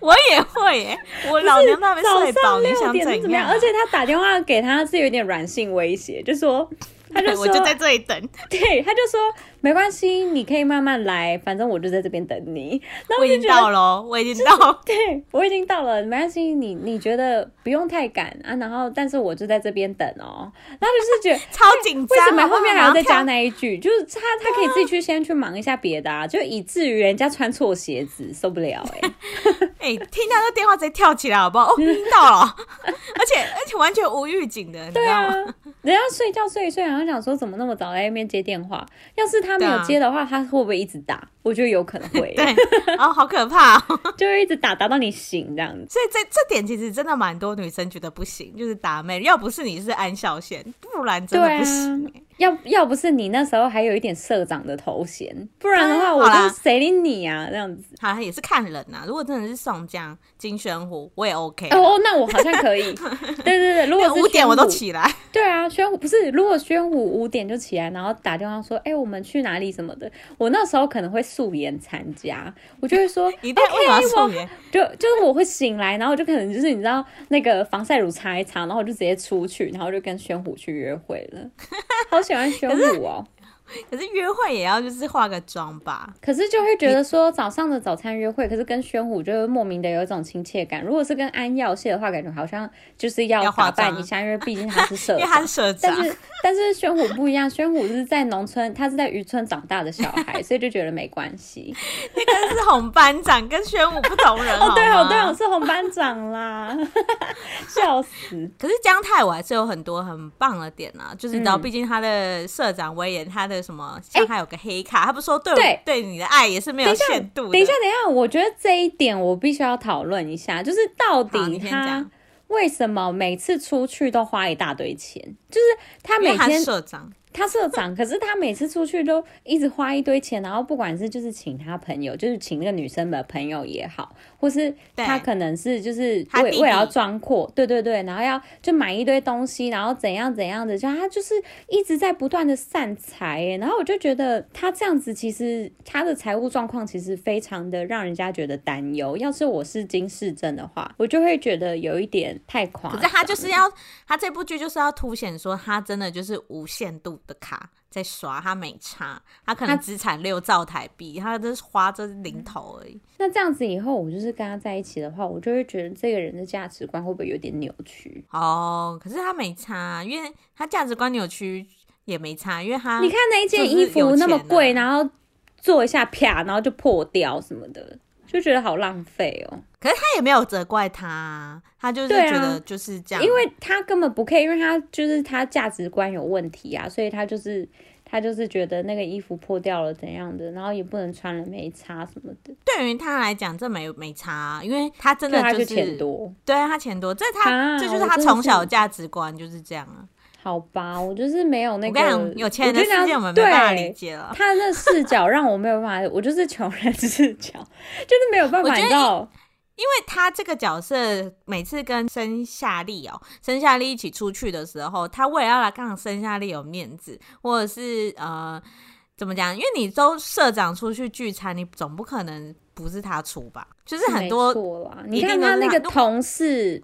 [SPEAKER 1] 我也会耶、我老娘都还没
[SPEAKER 2] 早
[SPEAKER 1] 睡饱，
[SPEAKER 2] 上
[SPEAKER 1] 你
[SPEAKER 2] 六
[SPEAKER 1] 想
[SPEAKER 2] 点是怎
[SPEAKER 1] 怎啊
[SPEAKER 2] 么样？而且他打电话给他是有点软性威胁，就说他就说
[SPEAKER 1] *laughs* 我就在这里等，
[SPEAKER 2] 对，他就说没关系，你可以慢慢来，反正我就在这边等你。那
[SPEAKER 1] 我
[SPEAKER 2] *laughs* 我
[SPEAKER 1] 已
[SPEAKER 2] 就
[SPEAKER 1] 经
[SPEAKER 2] 觉得，
[SPEAKER 1] 到喽，我已经
[SPEAKER 2] *laughs*
[SPEAKER 1] 到。
[SPEAKER 2] 对我已经到了，没关系，你你觉得不用太赶啊，然后但是我就在这边等哦。那就是觉得
[SPEAKER 1] *laughs* 。超紧张，啊
[SPEAKER 2] 为什么后面还要再加
[SPEAKER 1] 呢？
[SPEAKER 2] 那一句？就是他，他可以自己去先去忙一下别的啊，就以至于人家穿错鞋子受不了
[SPEAKER 1] *laughs*
[SPEAKER 2] 哎、
[SPEAKER 1] *laughs* 哎、听到那电话直接跳起来，好
[SPEAKER 2] *laughs*
[SPEAKER 1] 不好？哦，听到了，而且而且完全无预警的，你知
[SPEAKER 2] 对
[SPEAKER 1] 道
[SPEAKER 2] 啊
[SPEAKER 1] 吗？，
[SPEAKER 2] 人家睡觉睡一睡，然后想说怎么那么早在那边接电话？要是他没
[SPEAKER 1] 对
[SPEAKER 2] 有
[SPEAKER 1] 啊
[SPEAKER 2] 接的话，他会不会一直打？我觉得有可能
[SPEAKER 1] *laughs*
[SPEAKER 2] 会，欸
[SPEAKER 1] 对，然后、好可怕、哦， *laughs*
[SPEAKER 2] 就会一直打打到你醒这样子。
[SPEAKER 1] 所以这这点其实真的蛮多女生觉得不行，就是打妹，要不是你是安孝贤，不然真
[SPEAKER 2] 对
[SPEAKER 1] 的
[SPEAKER 2] 啊
[SPEAKER 1] 不行、哎
[SPEAKER 2] 要要不是你那时候还有一点社长的头衔，不然的话，我
[SPEAKER 1] 哎好啦
[SPEAKER 2] 就谁理你啊？这样子。
[SPEAKER 1] 好像也是看人呐、如果真的是宋江、金宣虎，我也 OK。
[SPEAKER 2] 哦，哦那我好像可
[SPEAKER 1] *laughs*
[SPEAKER 2] 以。对对对，如果
[SPEAKER 1] 那
[SPEAKER 2] 是
[SPEAKER 1] 五点我都
[SPEAKER 2] 宣武。
[SPEAKER 1] 起来，
[SPEAKER 2] 对啊，宣武不是，如果宣武五点就起来，然后打电话说：“哎、我们去哪里什么的。”我那时候可能会素颜参加，我就会说
[SPEAKER 1] 一定要为什么要素颜？
[SPEAKER 2] 就就是我会醒来，然后就可能就是你知道那个防晒乳擦一擦，然后我就直接出去，然后就跟宣虎去约会了。好喜欢宣武哦。
[SPEAKER 1] 可是约会也要就是化个妆吧。
[SPEAKER 2] 可是就会觉得说早上的早餐约会，可是跟宣虎就会莫名的有一种亲切感。如果是跟安耀燮的话，感觉好像就是要
[SPEAKER 1] 要化
[SPEAKER 2] 打扮
[SPEAKER 1] 妆
[SPEAKER 2] 一下，因为毕竟他是社
[SPEAKER 1] *laughs* 因为他
[SPEAKER 2] 长
[SPEAKER 1] 是。社长
[SPEAKER 2] 但，是但是宣虎不一样，宣虎是在农村，他是在渔村长大的小
[SPEAKER 1] *laughs*
[SPEAKER 2] 孩，所以就觉得没关系。
[SPEAKER 1] 那个是红班长，跟宣武不同人
[SPEAKER 2] *laughs* 哦，对
[SPEAKER 1] 好
[SPEAKER 2] 哦，
[SPEAKER 1] 吗
[SPEAKER 2] 对哦，是红班长啦，, *laughs* 笑死！
[SPEAKER 1] 可是姜太武还是有很多很棒的点啊，就是你知道，
[SPEAKER 2] 嗯
[SPEAKER 1] 毕竟他的社长威严，他的什么，像他有个黑卡，他不是说对我
[SPEAKER 2] 对
[SPEAKER 1] 对你的爱也是没有限度的。
[SPEAKER 2] 等一下，等一下，我觉得这一点我必须要讨论一下，就是到
[SPEAKER 1] 好
[SPEAKER 2] 底
[SPEAKER 1] 你先
[SPEAKER 2] 他
[SPEAKER 1] 讲
[SPEAKER 2] 为什么每次出去都花一大堆钱？就是他
[SPEAKER 1] 因为
[SPEAKER 2] 每
[SPEAKER 1] 他
[SPEAKER 2] 天
[SPEAKER 1] 是社长，
[SPEAKER 2] 他社长，可是他每次出去都一直花一堆钱，然后不管是就是请他朋友，就是请那个女生的朋友也好，或是
[SPEAKER 1] 对
[SPEAKER 2] 他可能是就是
[SPEAKER 1] 他
[SPEAKER 2] 为
[SPEAKER 1] 弟弟
[SPEAKER 2] 为了要装阔，对对对，然后要就买一堆东西，然后怎样怎样的，就他就是一直在不断的散财耶，然后我就觉得他这样子其实他的财务状况其实非常的让人家觉得担忧。要是我是金世珍的话，我就会觉得有一点太夸
[SPEAKER 1] 可
[SPEAKER 2] 张
[SPEAKER 1] 是他就是要，他这部剧就是要凸显说，他真的就是无限度的卡在刷，他没差，他可能
[SPEAKER 2] 他
[SPEAKER 1] 资产六兆台币，他就是花这零头而已。
[SPEAKER 2] 那这样子以后，我就是跟他在一起的话，我就会觉得这个人的价值观会不会有点扭曲？
[SPEAKER 1] 哦，可是他没差，因为他价值观扭曲也没差，因为他
[SPEAKER 2] 你看那一件衣服
[SPEAKER 1] 啊
[SPEAKER 2] 那么贵，然后做一下啪，然后就破掉什么的，就觉得好浪费哦、
[SPEAKER 1] 可是他也没有责怪他，他就是
[SPEAKER 2] 对啊
[SPEAKER 1] 觉得就是这样，
[SPEAKER 2] 因为他根本不 care，因为他就是他价值观有问题啊，所以他就是他就是觉得那个衣服破掉了怎样的，然后也不能穿了没差什么的，
[SPEAKER 1] 对于他来讲这没没差，啊因为他真
[SPEAKER 2] 对
[SPEAKER 1] 的
[SPEAKER 2] 他
[SPEAKER 1] 就是
[SPEAKER 2] 钱多。
[SPEAKER 1] 对他钱多，这他、
[SPEAKER 2] 啊
[SPEAKER 1] 这就是
[SPEAKER 2] 我
[SPEAKER 1] 他
[SPEAKER 2] 真的
[SPEAKER 1] 从小
[SPEAKER 2] 是
[SPEAKER 1] 价值观就是这样啊。
[SPEAKER 2] 好吧，我就是没有那
[SPEAKER 1] 我
[SPEAKER 2] 个。
[SPEAKER 1] 跟你讲，有钱人的
[SPEAKER 2] 我觉得
[SPEAKER 1] 世界我们没办法
[SPEAKER 2] 对
[SPEAKER 1] 理解啊了。
[SPEAKER 2] 他的视角让我没有办法，我就是穷人视角，就是没有办
[SPEAKER 1] 我
[SPEAKER 2] 法，
[SPEAKER 1] 觉
[SPEAKER 2] 你
[SPEAKER 1] 得
[SPEAKER 2] 知道？
[SPEAKER 1] 因为他这个角色每次跟申夏利哦、申夏利一起出去的时候，他为了要来让申夏利有面子，或者是呃怎么讲？因为你都社长出去聚餐，你总不可能不是他出吧？就是很
[SPEAKER 2] 没
[SPEAKER 1] 多
[SPEAKER 2] 错啦，你
[SPEAKER 1] 一定
[SPEAKER 2] 看
[SPEAKER 1] 都
[SPEAKER 2] 他
[SPEAKER 1] 是
[SPEAKER 2] 那
[SPEAKER 1] 他
[SPEAKER 2] 个
[SPEAKER 1] 那我
[SPEAKER 2] 同事、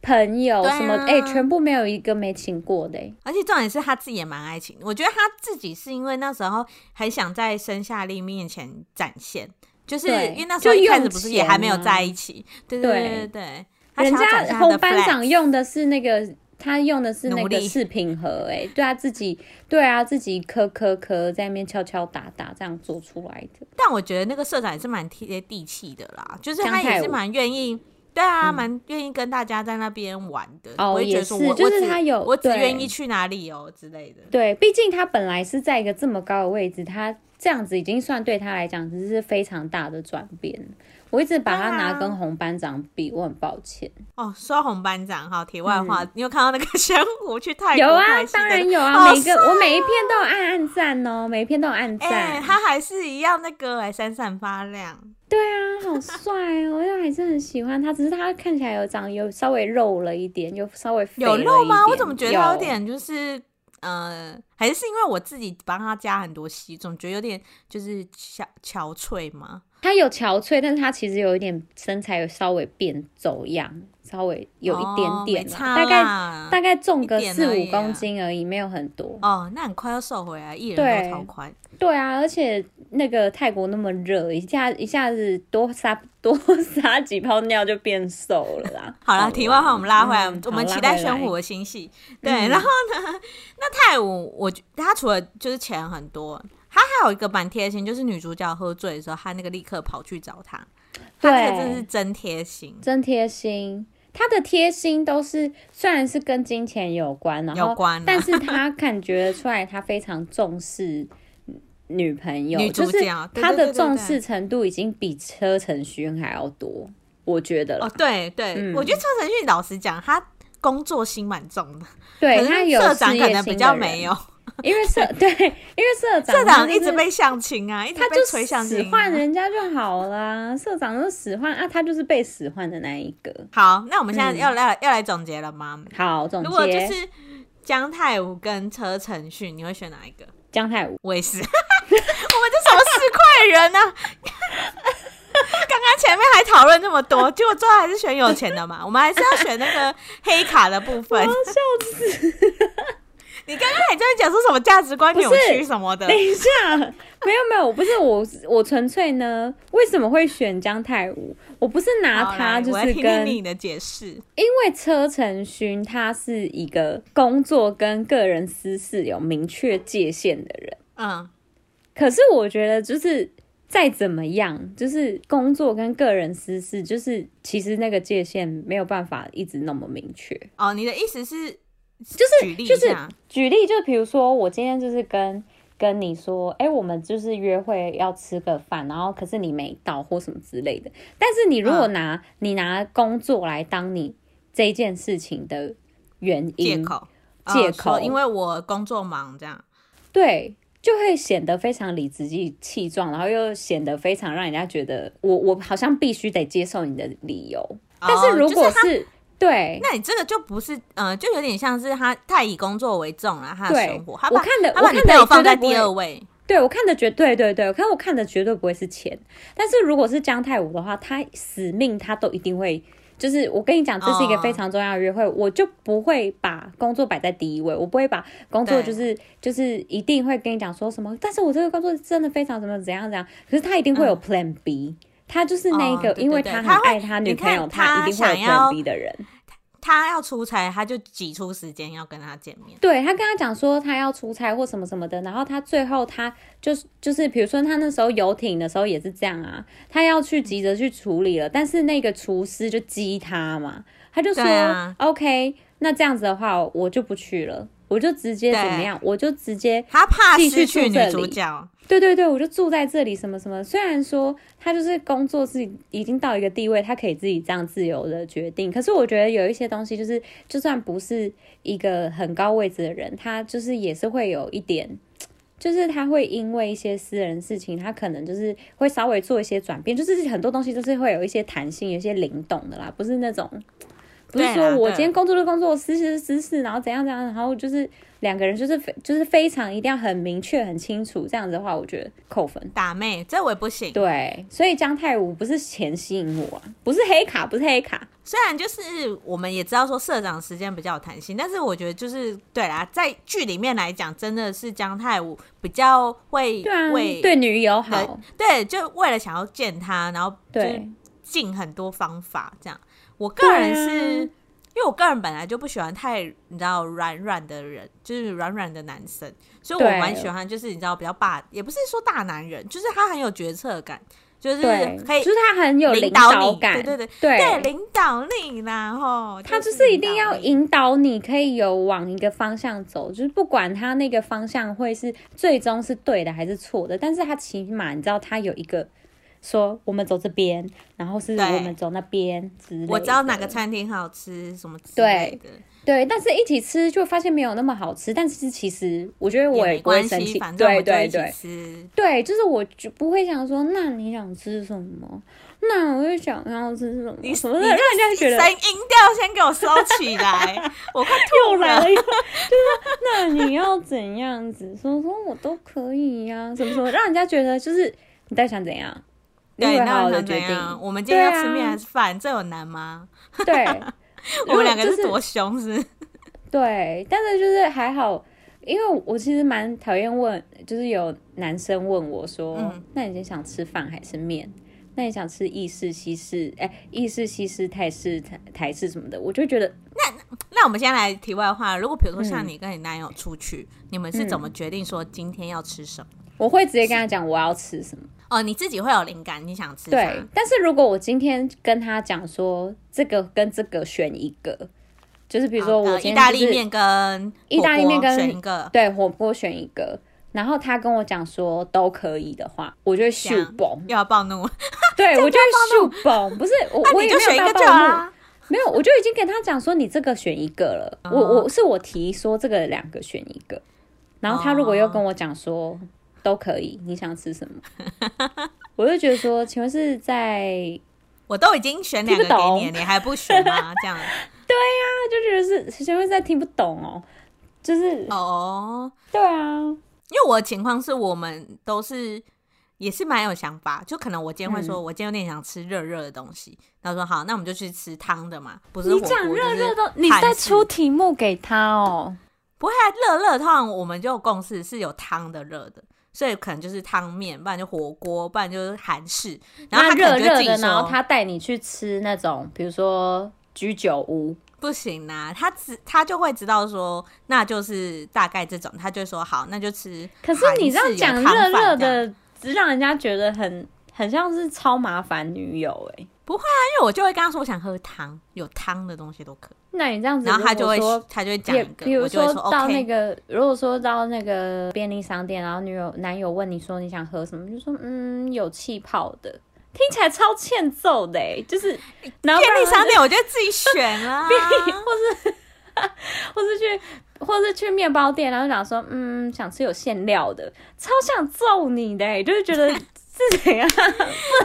[SPEAKER 2] 朋友
[SPEAKER 1] 对啊
[SPEAKER 2] 什么，哎、全部没有一个没请过的、哎
[SPEAKER 1] 而且重点是他自己也蛮爱情，我觉得他自己是因为那时候很想在申夏利面前展现，就是
[SPEAKER 2] 对
[SPEAKER 1] 因为那时候
[SPEAKER 2] 就
[SPEAKER 1] 一
[SPEAKER 2] 用
[SPEAKER 1] 开始不是也还没有
[SPEAKER 2] 钱啊
[SPEAKER 1] 在一起，对对对对对，他
[SPEAKER 2] 人
[SPEAKER 1] 想要展现
[SPEAKER 2] 家
[SPEAKER 1] 他的
[SPEAKER 2] 红班
[SPEAKER 1] flex
[SPEAKER 2] 长用的是那个，他用的是那
[SPEAKER 1] 奴
[SPEAKER 2] 个
[SPEAKER 1] 隶
[SPEAKER 2] 视频盒、哎，对啊，自己对啊，自己磕磕磕，在那边敲敲打打这样做出来的，
[SPEAKER 1] 但我觉得那个社长也是蛮接地气的啦，就是
[SPEAKER 2] 姜
[SPEAKER 1] 他
[SPEAKER 2] 太
[SPEAKER 1] 也是
[SPEAKER 2] 武嗯
[SPEAKER 1] 蛮愿意，对啊，蛮愿意跟大家在那边玩的。
[SPEAKER 2] 哦
[SPEAKER 1] 我会觉得说
[SPEAKER 2] 也是
[SPEAKER 1] 我
[SPEAKER 2] 就是
[SPEAKER 1] 我只
[SPEAKER 2] 他有
[SPEAKER 1] 我只
[SPEAKER 2] 对
[SPEAKER 1] 愿意去哪里哦之类的。
[SPEAKER 2] 对，毕竟他本来是在一个这么高的位置，他这样子已经算对他来讲只是非常大的转变。我一直把他
[SPEAKER 1] 啊
[SPEAKER 2] 拿跟红班长比，我很抱歉。
[SPEAKER 1] 哦，说到红班长哈，题外话，你有看到那个 *laughs* 玄武去泰国
[SPEAKER 2] 嗯有啊
[SPEAKER 1] 拍，戏
[SPEAKER 2] 当
[SPEAKER 1] 的
[SPEAKER 2] 然有
[SPEAKER 1] 好
[SPEAKER 2] 啊，每个
[SPEAKER 1] 帅哦
[SPEAKER 2] 我每一篇都有按按赞哦，每一篇都有按赞。
[SPEAKER 1] 哎、他还是一样那个哎、闪闪发亮。
[SPEAKER 2] 对啊，好帅哦，我还是很喜欢他，只是他看起来有长有稍微肉了一点，有稍微肥
[SPEAKER 1] 有
[SPEAKER 2] 了
[SPEAKER 1] 肉
[SPEAKER 2] 一
[SPEAKER 1] 吗？我
[SPEAKER 2] 点
[SPEAKER 1] 怎么觉得他有
[SPEAKER 2] 有
[SPEAKER 1] 点就是呃，还是因为我自己帮他加很多戏，总觉得有点就是憔憔悴嘛。
[SPEAKER 2] 他有憔悴，但是他其实有一点身材有稍微变走样，稍微有一点点
[SPEAKER 1] 哦没
[SPEAKER 2] 啊、
[SPEAKER 1] 差
[SPEAKER 2] 大概
[SPEAKER 1] 啦
[SPEAKER 2] 大概重个
[SPEAKER 1] 一点
[SPEAKER 2] 四
[SPEAKER 1] 而
[SPEAKER 2] 五
[SPEAKER 1] 已啊
[SPEAKER 2] 公斤而已，没有很多。
[SPEAKER 1] 哦，那很快要瘦回来，一人
[SPEAKER 2] 对
[SPEAKER 1] 多超宽。
[SPEAKER 2] 对啊，而且那个泰国那么热，一下一下子多撒多撒几泡尿就变瘦了啦。
[SPEAKER 1] *laughs* 好了，题外话我们拉回来，
[SPEAKER 2] 嗯
[SPEAKER 1] 我们期
[SPEAKER 2] 好拉
[SPEAKER 1] 待
[SPEAKER 2] 回
[SPEAKER 1] 玄
[SPEAKER 2] 来嗯
[SPEAKER 1] 武的新戏。对，然后呢， *laughs* 那泰武，我觉他除了就是钱很多，他还有一个蛮贴心，就是女主角喝醉的时候，他那个立刻跑去找他，他那个真的是
[SPEAKER 2] 对
[SPEAKER 1] 真贴心，
[SPEAKER 2] 真贴心。他的贴心都是虽然是跟金钱有关，然后
[SPEAKER 1] 有关啊
[SPEAKER 2] 但是他感觉出来他非常重视女朋友，
[SPEAKER 1] 女主
[SPEAKER 2] 就是
[SPEAKER 1] 角对
[SPEAKER 2] 他
[SPEAKER 1] 对对
[SPEAKER 2] 的
[SPEAKER 1] 对
[SPEAKER 2] 重
[SPEAKER 1] 对
[SPEAKER 2] 视程度已经比车程勋还要多，我觉得啦
[SPEAKER 1] 哦，。对对，
[SPEAKER 2] 嗯
[SPEAKER 1] 我觉得车晨旭老实讲，他工作心蛮重的，
[SPEAKER 2] 对
[SPEAKER 1] 可
[SPEAKER 2] 他
[SPEAKER 1] 是
[SPEAKER 2] 有
[SPEAKER 1] 社
[SPEAKER 2] 事
[SPEAKER 1] 长
[SPEAKER 2] 业
[SPEAKER 1] 可
[SPEAKER 2] 心
[SPEAKER 1] 能
[SPEAKER 2] 的
[SPEAKER 1] 比较
[SPEAKER 2] 人
[SPEAKER 1] 没，有，
[SPEAKER 2] *laughs* 因为社对，因为社
[SPEAKER 1] *laughs*
[SPEAKER 2] 长
[SPEAKER 1] 社
[SPEAKER 2] 他
[SPEAKER 1] 长
[SPEAKER 2] 就
[SPEAKER 1] 一直
[SPEAKER 2] 是
[SPEAKER 1] 被相亲啊，一直
[SPEAKER 2] 他
[SPEAKER 1] 被
[SPEAKER 2] 就
[SPEAKER 1] 吹相
[SPEAKER 2] 使
[SPEAKER 1] 亲、
[SPEAKER 2] 唤人家就好啦，社长就使唤啊，他就是被使唤的那一个。
[SPEAKER 1] 好，那我们现在
[SPEAKER 2] 嗯
[SPEAKER 1] 要来、要来总结了吗？
[SPEAKER 2] 好，总
[SPEAKER 1] 如果就
[SPEAKER 2] 结
[SPEAKER 1] 是姜太武跟车承旭，你会选哪一个？
[SPEAKER 2] 姜太武。 *laughs*
[SPEAKER 1] 我也是，我们 *laughs* 这什么市侩人呢、 *laughs* 刚刚前面还讨论这么多，结果最后还是选有钱的嘛。我们还是要选那个黑卡的部分。
[SPEAKER 2] 笑
[SPEAKER 1] 死！你刚刚还在讲说什么价值观扭曲什么的，
[SPEAKER 2] 等一下，没有没有，我不是我，我纯粹呢，为什么会选姜太武？我不是拿
[SPEAKER 1] 好来
[SPEAKER 2] 他就
[SPEAKER 1] 我要
[SPEAKER 2] 是
[SPEAKER 1] 听听
[SPEAKER 2] 跟，
[SPEAKER 1] 你的解释。
[SPEAKER 2] 因为车承勋他是一个工作跟个人私事有明确界限的人，
[SPEAKER 1] 嗯，
[SPEAKER 2] 可是我觉得就是。再怎么样，就是工作跟个人私事，就是其实那个界限没有办法一直那么明确。
[SPEAKER 1] 哦，你的意思是就是举例一
[SPEAKER 2] 就是
[SPEAKER 1] 下，
[SPEAKER 2] 举例，就比如说我今天就是跟跟你说，哎、我们就是约会要吃个饭，然后可是你没到或什么之类的。但是你如果拿、你拿工作来当你这件事情的原
[SPEAKER 1] 借
[SPEAKER 2] 因，
[SPEAKER 1] 口，
[SPEAKER 2] 借
[SPEAKER 1] 哦说
[SPEAKER 2] 口
[SPEAKER 1] 因为我工作忙这样。
[SPEAKER 2] 对，就会显得非常理直气气壮，然后又显得非常让人家觉得我我好像必须得接受你的理由。但
[SPEAKER 1] 哦
[SPEAKER 2] 是如
[SPEAKER 1] 就
[SPEAKER 2] 果
[SPEAKER 1] 他
[SPEAKER 2] 是对
[SPEAKER 1] 那你这个就不是，呃，就有点像是他太以工作为重了，他的
[SPEAKER 2] 对
[SPEAKER 1] 生活，他，
[SPEAKER 2] 我
[SPEAKER 1] 把
[SPEAKER 2] 看的
[SPEAKER 1] 他
[SPEAKER 2] 我
[SPEAKER 1] 把
[SPEAKER 2] 看
[SPEAKER 1] 女
[SPEAKER 2] 的
[SPEAKER 1] 朋友
[SPEAKER 2] 也绝
[SPEAKER 1] 放在
[SPEAKER 2] 对不
[SPEAKER 1] 第
[SPEAKER 2] 会
[SPEAKER 1] 二位，
[SPEAKER 2] 对，我看的绝对对对，可是我看的绝对不会是钱。但是如果是姜泰武的话，他死命他都一定会，就是我跟你讲，这是一个
[SPEAKER 1] 哦
[SPEAKER 2] 非常重要的约会，我就不会把工作摆在第一位，我不会把工作
[SPEAKER 1] 对
[SPEAKER 2] 就是就是一定会跟你讲说什么，但是我这个工作真的非常怎么怎样怎样，可是他一定会有 Plan B。他就是那一
[SPEAKER 1] 嗯哦
[SPEAKER 2] 个，
[SPEAKER 1] 对
[SPEAKER 2] 因为
[SPEAKER 1] 对对
[SPEAKER 2] 他
[SPEAKER 1] 他
[SPEAKER 2] 很
[SPEAKER 1] 会
[SPEAKER 2] 爱他女
[SPEAKER 1] 你
[SPEAKER 2] 朋友，
[SPEAKER 1] 看他
[SPEAKER 2] 一定会有
[SPEAKER 1] 想要
[SPEAKER 2] Plan B 的人。
[SPEAKER 1] 他要出差，他就挤出时间要跟他见面。
[SPEAKER 2] 对他跟他讲说他要出差或什么什么的，然后他最后他就是就是，比如说他那时候游艇的时候也是这样啊，他要去急着去处理了，但是那个厨师就激他嘛，他就说、
[SPEAKER 1] 对啊
[SPEAKER 2] OK，那这样子的话我就不去了，我就直接怎么
[SPEAKER 1] 对
[SPEAKER 2] 样，我就直接
[SPEAKER 1] 他怕
[SPEAKER 2] 继
[SPEAKER 1] 失
[SPEAKER 2] 续
[SPEAKER 1] 去
[SPEAKER 2] 住这
[SPEAKER 1] 女主
[SPEAKER 2] 里
[SPEAKER 1] 角，
[SPEAKER 2] 对对对，我就住在这里，什么什么。虽然说他就是工作是已经到一个地位，他可以自己这样自由的决定，可是我觉得有一些东西，就是就算不是一个很高位置的人，他就是也是会有一点。就是他会因为一些私人事情，他可能就是会稍微做一些转变，就是很多东西都是会有一些弹性、有一些灵动的啦，不是那种，不是
[SPEAKER 1] 对啦
[SPEAKER 2] 说我
[SPEAKER 1] 对
[SPEAKER 2] 今天工作就工作，私事就私事，然后怎样怎样，然后就是两个人就是非就是非常一定要很明确、很清楚，这样子的话，我觉得扣分。
[SPEAKER 1] 打妹这我也不行。
[SPEAKER 2] 对，所以姜泰武不是钱吸引我啊，不是黑卡，不是黑卡，
[SPEAKER 1] 虽然就是我们也知道说社长时间比较有弹性，但是我觉得就是对啦，在剧里面来讲，真的是姜泰武比较会
[SPEAKER 2] 对啊
[SPEAKER 1] 为，
[SPEAKER 2] 对女友
[SPEAKER 1] 对
[SPEAKER 2] 好，
[SPEAKER 1] 对，就为了想要见他，然后就是
[SPEAKER 2] 对，
[SPEAKER 1] 尽很多方法这样。我个人是、
[SPEAKER 2] 对啊
[SPEAKER 1] 因为我个人本来就不喜欢太你知道软软的人，就是软软的男生，所以我
[SPEAKER 2] 对
[SPEAKER 1] 蛮喜欢就是你知道比较霸，也不是说大男人，就是他很有决策感，就是
[SPEAKER 2] 对，
[SPEAKER 1] 可以
[SPEAKER 2] 就是他很有
[SPEAKER 1] 领导
[SPEAKER 2] 导
[SPEAKER 1] 你
[SPEAKER 2] 感，
[SPEAKER 1] 对对对
[SPEAKER 2] 对
[SPEAKER 1] 对领导力啦，吼，
[SPEAKER 2] 他就
[SPEAKER 1] 就是
[SPEAKER 2] 一定要
[SPEAKER 1] 领导力
[SPEAKER 2] 引导你，可以有往一个方向走，就是不管他那个方向会是最终是对的还是错的，但是他起码你知道他有一个说我们走这边，然后是
[SPEAKER 1] 对
[SPEAKER 2] 我们走那边之类的。
[SPEAKER 1] 我知道哪个餐厅好吃，什么之
[SPEAKER 2] 对
[SPEAKER 1] 类的，
[SPEAKER 2] 对，但是一起吃就发现没有那么好吃，但是其实我觉得
[SPEAKER 1] 也
[SPEAKER 2] 我
[SPEAKER 1] 没
[SPEAKER 2] 不会
[SPEAKER 1] 关
[SPEAKER 2] 生
[SPEAKER 1] 系，
[SPEAKER 2] 气
[SPEAKER 1] 反，正我
[SPEAKER 2] 对
[SPEAKER 1] 们就
[SPEAKER 2] 对
[SPEAKER 1] 一起
[SPEAKER 2] 对。
[SPEAKER 1] 吃。
[SPEAKER 2] 对，就是我就不会想说，那你想吃什么？那我就想要吃什么？
[SPEAKER 1] 你
[SPEAKER 2] 什么的，
[SPEAKER 1] 你
[SPEAKER 2] 让人家觉得
[SPEAKER 1] 声音调先给我收起
[SPEAKER 2] *laughs*
[SPEAKER 1] 来，我快
[SPEAKER 2] 又
[SPEAKER 1] 吐
[SPEAKER 2] 来
[SPEAKER 1] 了
[SPEAKER 2] 了，。就是啊那你要怎样子？说说我都可以呀、什么什么，让人家觉得就是你到底想怎样？你
[SPEAKER 1] 对，
[SPEAKER 2] 会好
[SPEAKER 1] 那
[SPEAKER 2] 好
[SPEAKER 1] 我
[SPEAKER 2] 的
[SPEAKER 1] 想
[SPEAKER 2] 决
[SPEAKER 1] 怎
[SPEAKER 2] 定。
[SPEAKER 1] 样？我们今天
[SPEAKER 2] 对
[SPEAKER 1] 要
[SPEAKER 2] 啊
[SPEAKER 1] 吃面还是饭？这有难吗？ *laughs*
[SPEAKER 2] 对，
[SPEAKER 1] 我们两个
[SPEAKER 2] 就是
[SPEAKER 1] 多凶是不是？
[SPEAKER 2] 对，但是就是还好，因为我其实蛮讨厌问，就是有男生问我说：“
[SPEAKER 1] 嗯
[SPEAKER 2] 那你今天想吃饭还是面？那你想吃意式、西式？哎、意式、西式、泰式、台台式什么的？”我就觉得
[SPEAKER 1] *laughs* 那我们先来题外话，如果比如说像
[SPEAKER 2] 嗯
[SPEAKER 1] 你跟你男友出去，你们是怎么决定说今天要吃什么？
[SPEAKER 2] 我会直接跟他讲我要吃什么。
[SPEAKER 1] 哦，你自己会有灵感，你想吃啥
[SPEAKER 2] 对？，但是如果我今天跟他讲说这个跟这个选一个，就是比如说
[SPEAKER 1] 好呃
[SPEAKER 2] 我
[SPEAKER 1] 意
[SPEAKER 2] 今天就是
[SPEAKER 1] 大利面跟
[SPEAKER 2] 意大利面
[SPEAKER 1] 火
[SPEAKER 2] 跟
[SPEAKER 1] 锅选一个，
[SPEAKER 2] 对火锅选一个，然后他跟我讲说都可以的话，我就会秀崩，
[SPEAKER 1] 又要暴 *laughs* 怒，
[SPEAKER 2] *laughs* 对我就会秀崩，不是我我
[SPEAKER 1] 那你
[SPEAKER 2] 也
[SPEAKER 1] 就
[SPEAKER 2] 没
[SPEAKER 1] 选一
[SPEAKER 2] 有
[SPEAKER 1] 个
[SPEAKER 2] 到
[SPEAKER 1] 就
[SPEAKER 2] 暴
[SPEAKER 1] 好
[SPEAKER 2] 怒，
[SPEAKER 1] 啊。
[SPEAKER 2] 没有，我就已经跟他讲说你这个选一个了，
[SPEAKER 1] 哦
[SPEAKER 2] 我我是我提说这个两个选一个，然后他如果又跟我讲说都可以，你想吃什么，
[SPEAKER 1] *laughs*
[SPEAKER 2] 我就觉得说，请问是在
[SPEAKER 1] 我都已经选两个
[SPEAKER 2] 听不
[SPEAKER 1] 给
[SPEAKER 2] 懂
[SPEAKER 1] 你了，你还不选吗？这样
[SPEAKER 2] 就觉得是徐贤惠在听不懂哦，就是、
[SPEAKER 1] 哦，
[SPEAKER 2] 对啊，
[SPEAKER 1] 因为我的情况是我们都是也是蛮有想法，就可能我今天会
[SPEAKER 2] 嗯
[SPEAKER 1] 说，我今天有点想吃热热的东西，他说好，那我们就去吃汤的嘛，不是
[SPEAKER 2] 你
[SPEAKER 1] 火锅
[SPEAKER 2] 讲热热
[SPEAKER 1] 就是
[SPEAKER 2] 的，你
[SPEAKER 1] 韩
[SPEAKER 2] 在
[SPEAKER 1] 式
[SPEAKER 2] 出题目给他哦，
[SPEAKER 1] 不会啊热热，通常我们就有共识是有汤的热的。所以可能就是汤面，不然就火锅，不然就是韩式。然后他
[SPEAKER 2] 那热
[SPEAKER 1] 可能就会
[SPEAKER 2] 热
[SPEAKER 1] 自己
[SPEAKER 2] 的，然后
[SPEAKER 1] 说
[SPEAKER 2] 他带你去吃那种，比如说居酒屋，
[SPEAKER 1] 不行啦，他知他就会知道说，那就是大概这种，他就说好，那就吃
[SPEAKER 2] 可
[SPEAKER 1] 韩
[SPEAKER 2] 是
[SPEAKER 1] 式有汤饭这样。
[SPEAKER 2] 你这样讲热热的，只让人家觉得很很像是超麻烦女友哎、
[SPEAKER 1] 因为我就会跟他说我想喝汤，有汤的东西都可以，
[SPEAKER 2] 那你这样子，
[SPEAKER 1] 然后他就会
[SPEAKER 2] 说。
[SPEAKER 1] 他就会讲
[SPEAKER 2] 也
[SPEAKER 1] 一个
[SPEAKER 2] 比，如
[SPEAKER 1] 我就会
[SPEAKER 2] 说
[SPEAKER 1] 说
[SPEAKER 2] 到那
[SPEAKER 1] OK，
[SPEAKER 2] 个，如果说到那个便利商店，然后女友男友问你说你想喝什么，你就说嗯有气泡的，听起来超欠揍的、欸，就是然后
[SPEAKER 1] *laughs* 便
[SPEAKER 2] 不然
[SPEAKER 1] 利啊
[SPEAKER 2] 就 *laughs*
[SPEAKER 1] 商店我就自己选啦，
[SPEAKER 2] 或是或是去或是去面包店，然后想说，嗯，想吃有馅料的，超想揍你的、欸，就是
[SPEAKER 1] *laughs*
[SPEAKER 2] 觉得是怎样，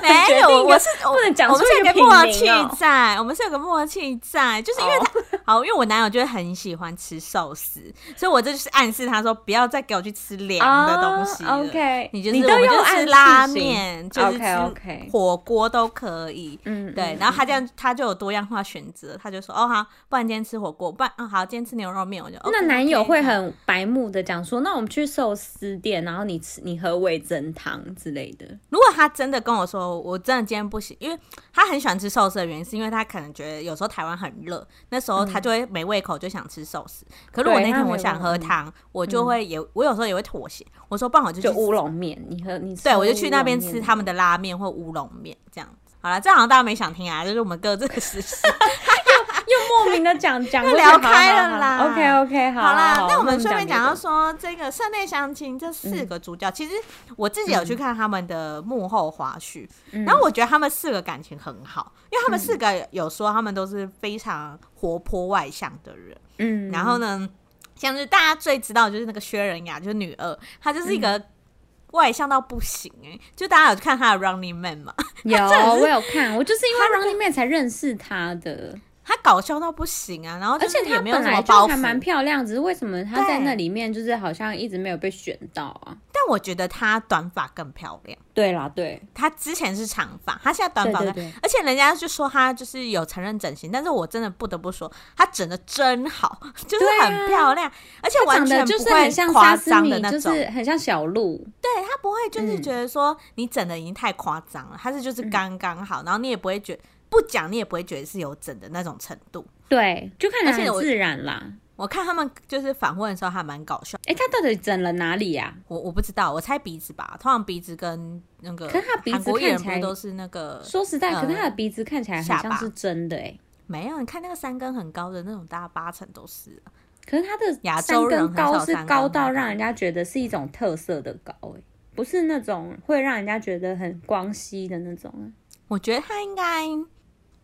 [SPEAKER 1] 没
[SPEAKER 2] 决定
[SPEAKER 1] 有，
[SPEAKER 2] 一个
[SPEAKER 1] 我是我
[SPEAKER 2] 不能讲
[SPEAKER 1] 我
[SPEAKER 2] 出
[SPEAKER 1] 们是
[SPEAKER 2] 一
[SPEAKER 1] 有
[SPEAKER 2] 个
[SPEAKER 1] 个
[SPEAKER 2] 品
[SPEAKER 1] 默
[SPEAKER 2] 名哦
[SPEAKER 1] 契在，我们是有个默契在，就是因为他、好，因为我男友就是很喜欢吃寿司，所以我这就是暗示他说不要再给我去吃凉的东西了。
[SPEAKER 2] o k
[SPEAKER 1] 你就是
[SPEAKER 2] 哦你
[SPEAKER 1] 我
[SPEAKER 2] 都
[SPEAKER 1] 们
[SPEAKER 2] 有
[SPEAKER 1] 就
[SPEAKER 2] 按
[SPEAKER 1] 吃
[SPEAKER 2] 示
[SPEAKER 1] 拉
[SPEAKER 2] 性，
[SPEAKER 1] 面，就是吃
[SPEAKER 2] OK，OK
[SPEAKER 1] 火锅都可以。
[SPEAKER 2] 嗯，
[SPEAKER 1] 对，
[SPEAKER 2] 嗯
[SPEAKER 1] 然后他这样他就有多样化选择，他就说哦好，不然今天吃火锅，不然啊好，今天吃牛肉面，我就
[SPEAKER 2] 那
[SPEAKER 1] OK，
[SPEAKER 2] 男友
[SPEAKER 1] OK，
[SPEAKER 2] 会
[SPEAKER 1] 这样
[SPEAKER 2] 很白目的讲说，那我们去寿司店，然后你吃你喝味增汤之类的。
[SPEAKER 1] 如果他真的跟我说，我真的今天不行，因为他很喜欢吃寿司的原因，是因为他可能觉得有时候台湾很热，那时候他就会没胃口，就想吃寿司。可是我
[SPEAKER 2] 对
[SPEAKER 1] 那
[SPEAKER 2] 他
[SPEAKER 1] 天
[SPEAKER 2] 没
[SPEAKER 1] 我想喝
[SPEAKER 2] 胃口嗯
[SPEAKER 1] 汤，我就会也，我有时候也会妥协，我说不然我就去
[SPEAKER 2] 就乌龙面，你和你
[SPEAKER 1] 对
[SPEAKER 2] 吃
[SPEAKER 1] 我就去那边
[SPEAKER 2] 乌龙面
[SPEAKER 1] 吃他们的拉面或乌龙面这样子。好了，这好像大家没想听啊，就是我们各自的事情。
[SPEAKER 2] *laughs* 又莫名的
[SPEAKER 1] *laughs*
[SPEAKER 2] 讲讲
[SPEAKER 1] 又
[SPEAKER 2] 过去
[SPEAKER 1] 聊开了啦
[SPEAKER 2] OK OK，好
[SPEAKER 1] 好啦，那我们
[SPEAKER 2] 们
[SPEAKER 1] 顺便
[SPEAKER 2] 讲
[SPEAKER 1] 讲
[SPEAKER 2] 别
[SPEAKER 1] 到
[SPEAKER 2] 的
[SPEAKER 1] 说这个社内相亲这四个主角，其实我自己有去看他们的幕后花絮，然后我觉得他们四个感情很好，因为他们四个有说他们都是非常活泼外向的人，
[SPEAKER 2] 嗯，
[SPEAKER 1] 然后呢，像是大家最知道的就是那个薛仁雅，就是女二，她就是一个。外向到不行哎、就大家有看她的 Running Man 嘛，
[SPEAKER 2] 有
[SPEAKER 1] 的是
[SPEAKER 2] 我有看，我就是因为 Running Man 才认识他的，
[SPEAKER 1] 她搞笑到不行啊，然后就
[SPEAKER 2] 而且
[SPEAKER 1] 是也
[SPEAKER 2] 他
[SPEAKER 1] 没有
[SPEAKER 2] 本
[SPEAKER 1] 什
[SPEAKER 2] 来
[SPEAKER 1] 么
[SPEAKER 2] 就
[SPEAKER 1] 包
[SPEAKER 2] 还蛮
[SPEAKER 1] 袱，
[SPEAKER 2] 漂亮，只是为什么他在
[SPEAKER 1] 对
[SPEAKER 2] 那里面就是好像一直没有被选到啊？
[SPEAKER 1] 但我觉得她短发更漂亮。
[SPEAKER 2] 对啦，对，
[SPEAKER 1] 她之前是长发，她现在短发
[SPEAKER 2] 对
[SPEAKER 1] 的，
[SPEAKER 2] 对对
[SPEAKER 1] 而且人家就说她就是有承认整形，但是我真的不得不说，她整的真好， *laughs* 就是
[SPEAKER 2] 对啊
[SPEAKER 1] 很漂亮，而且完
[SPEAKER 2] 长得
[SPEAKER 1] 全
[SPEAKER 2] 就
[SPEAKER 1] 不
[SPEAKER 2] 是很
[SPEAKER 1] 会
[SPEAKER 2] 像
[SPEAKER 1] 夸
[SPEAKER 2] 莎斯
[SPEAKER 1] 张的
[SPEAKER 2] 米，
[SPEAKER 1] 那
[SPEAKER 2] 就
[SPEAKER 1] 种，
[SPEAKER 2] 是嗯很像小鹿，
[SPEAKER 1] 对她不会就是觉得说你整的已经太夸张了，她是就是刚刚好，然后你也不会觉不讲，你也不会觉得是有整的那种程度。
[SPEAKER 2] 对，就看起
[SPEAKER 1] 而且
[SPEAKER 2] 来
[SPEAKER 1] 我
[SPEAKER 2] 很自然啦。
[SPEAKER 1] 我看他们就是访问的时候还蛮搞笑，
[SPEAKER 2] 哎，他到底整了哪里啊呀？
[SPEAKER 1] 我我不知道，我猜鼻子吧，通常鼻子跟那个
[SPEAKER 2] 可是她鼻子
[SPEAKER 1] 韩国艺
[SPEAKER 2] 看
[SPEAKER 1] 人
[SPEAKER 2] 起
[SPEAKER 1] 不
[SPEAKER 2] 来
[SPEAKER 1] 是都是那个
[SPEAKER 2] 说实在，
[SPEAKER 1] 呃
[SPEAKER 2] 可是他的鼻子看起来很
[SPEAKER 1] 下
[SPEAKER 2] 像
[SPEAKER 1] 巴
[SPEAKER 2] 是真的哎，
[SPEAKER 1] 没有？你看那个三根很高的那种，大概八成都是啊。
[SPEAKER 2] 可是他
[SPEAKER 1] 亚
[SPEAKER 2] 的
[SPEAKER 1] 洲
[SPEAKER 2] 三
[SPEAKER 1] 人
[SPEAKER 2] 根
[SPEAKER 1] 很少
[SPEAKER 2] 高是
[SPEAKER 1] 三根
[SPEAKER 2] 高
[SPEAKER 1] 的
[SPEAKER 2] 到让人家觉得是一种特色的高哎，不是那种会让人家觉得很光熙的那种啊。
[SPEAKER 1] 我觉得他应该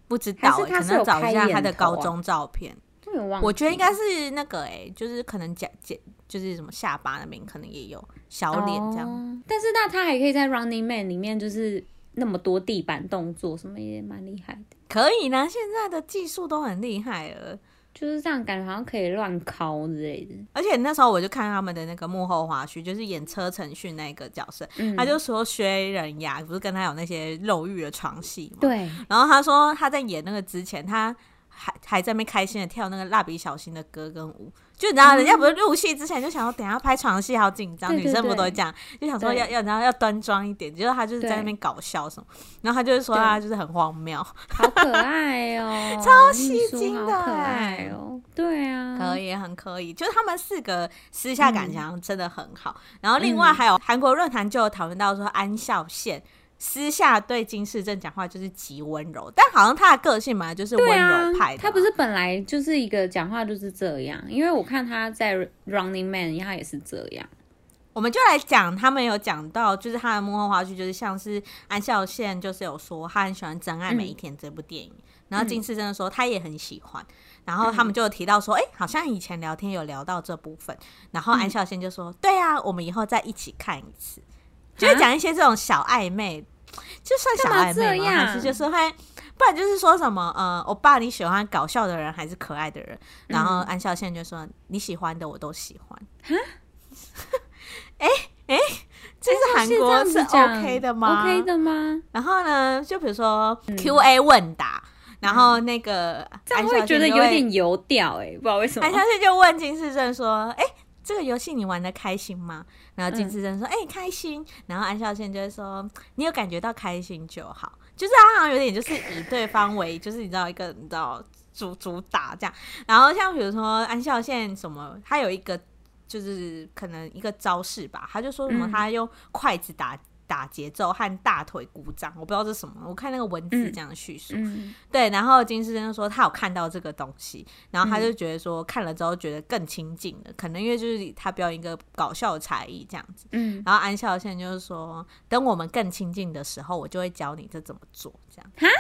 [SPEAKER 1] 不知道、
[SPEAKER 2] 还
[SPEAKER 1] 欸，
[SPEAKER 2] 是他
[SPEAKER 1] 可
[SPEAKER 2] 是
[SPEAKER 1] 能要找一下
[SPEAKER 2] 有开眼头啊
[SPEAKER 1] 他的高中照片。
[SPEAKER 2] 我有点忘记，
[SPEAKER 1] 我觉得应该是那个哎、就是可能假假就是什么下巴那边可能也有小脸这样。
[SPEAKER 2] 哦但是那他还可以在 Running Man 里面就是那么多地板动作，什么也蛮厉害的。
[SPEAKER 1] 可以呢，现在的技术都很厉害了。
[SPEAKER 2] 就是这样，感觉好像可以乱敲之类的。
[SPEAKER 1] 而且那时候我就看他们的那个幕后花絮，就是演车程旭那个角色，
[SPEAKER 2] 嗯
[SPEAKER 1] 他就说薛仁雅不是跟他有那些肉欲的床戏嘛，
[SPEAKER 2] 对，
[SPEAKER 1] 然后他说他在演那个之前，他还还在那边开心的跳那个蜡笔小新的歌跟舞，就你知道人家不是入戏之前就想说等一下拍床戏好紧张，
[SPEAKER 2] 嗯对对
[SPEAKER 1] 女生不都会这样，就想说
[SPEAKER 2] 对
[SPEAKER 1] 要要然后要端庄一点，结果他就是在那边搞笑什么，然后他就是说啊他
[SPEAKER 2] 对
[SPEAKER 1] 就是很荒谬，
[SPEAKER 2] 好可爱哦、
[SPEAKER 1] *laughs* 超
[SPEAKER 2] 秘
[SPEAKER 1] 吸
[SPEAKER 2] 书
[SPEAKER 1] 睛
[SPEAKER 2] 好
[SPEAKER 1] 的欸
[SPEAKER 2] 可爱哦、对啊，
[SPEAKER 1] 可以很可以，就是他们四个私下感情好像真的很好。然后另外还有韩国论坛就有讨论到说安孝燮。私下对金世正讲话就是极温柔，但好像他的个性嘛就是温
[SPEAKER 2] 对啊
[SPEAKER 1] 柔派的嘛、，
[SPEAKER 2] 他不是本来就是一个讲话就是这样，因为我看他在 Running Man，他也是这样。
[SPEAKER 1] 我们就来讲，他们有讲到，就是他的幕后花絮，就是像是安孝燮，就是有说他很喜欢《真爱每一天》这部电影，然后金世正说他也很喜欢，然后他们就有提到说，哎、好像以前聊天有聊到这部分，然后安孝燮就说，对啊，我们以后再一起看一次，就是讲一些这种小暧昧，就算小暧
[SPEAKER 2] 干嘛这
[SPEAKER 1] 昧吗？
[SPEAKER 2] 样
[SPEAKER 1] 还是就是会。不然就是说什么，呃，欧巴你喜欢搞笑的人还是可爱的人？然
[SPEAKER 2] 嗯
[SPEAKER 1] 后安孝燮就说你喜欢的我都喜欢。 *laughs* 这是韩国是
[SPEAKER 2] 哎这样子讲
[SPEAKER 1] OK 的吗
[SPEAKER 2] ？OK 的吗？
[SPEAKER 1] 然后呢，就比如说 Q&A 问答，然后那个
[SPEAKER 2] 嗯这
[SPEAKER 1] 安
[SPEAKER 2] 样
[SPEAKER 1] 孝燮
[SPEAKER 2] 会觉得
[SPEAKER 1] 就
[SPEAKER 2] 有点油掉哎、不知道为什么
[SPEAKER 1] 安。孝燮就问金世正说：“哎、这个游戏你玩的开心吗？”然后金世正
[SPEAKER 2] 嗯
[SPEAKER 1] 说：“哎、开心。”然后安孝燮就会说：“你有感觉到开心就好。”就是他好像有点就是以对方为，就是你知道一个你知道主主打这样。然后像比如说安孝燮什么，他有一个就是可能一个招式吧，他就说什么
[SPEAKER 2] 嗯
[SPEAKER 1] 他用筷子打。打节奏和大腿鼓掌，我不知道这是什么，我看那个文字这样叙述。
[SPEAKER 2] 嗯，
[SPEAKER 1] 对，然后金世珍就说他有看到这个东西，然后他
[SPEAKER 2] 嗯
[SPEAKER 1] 就觉得说看了之后觉得更亲近了，可能因为就是他表演一个搞笑的才艺这样子。
[SPEAKER 2] 嗯，
[SPEAKER 1] 然后安孝燮就是说，等我们更亲近的时候，我就会教你这怎么做，这样。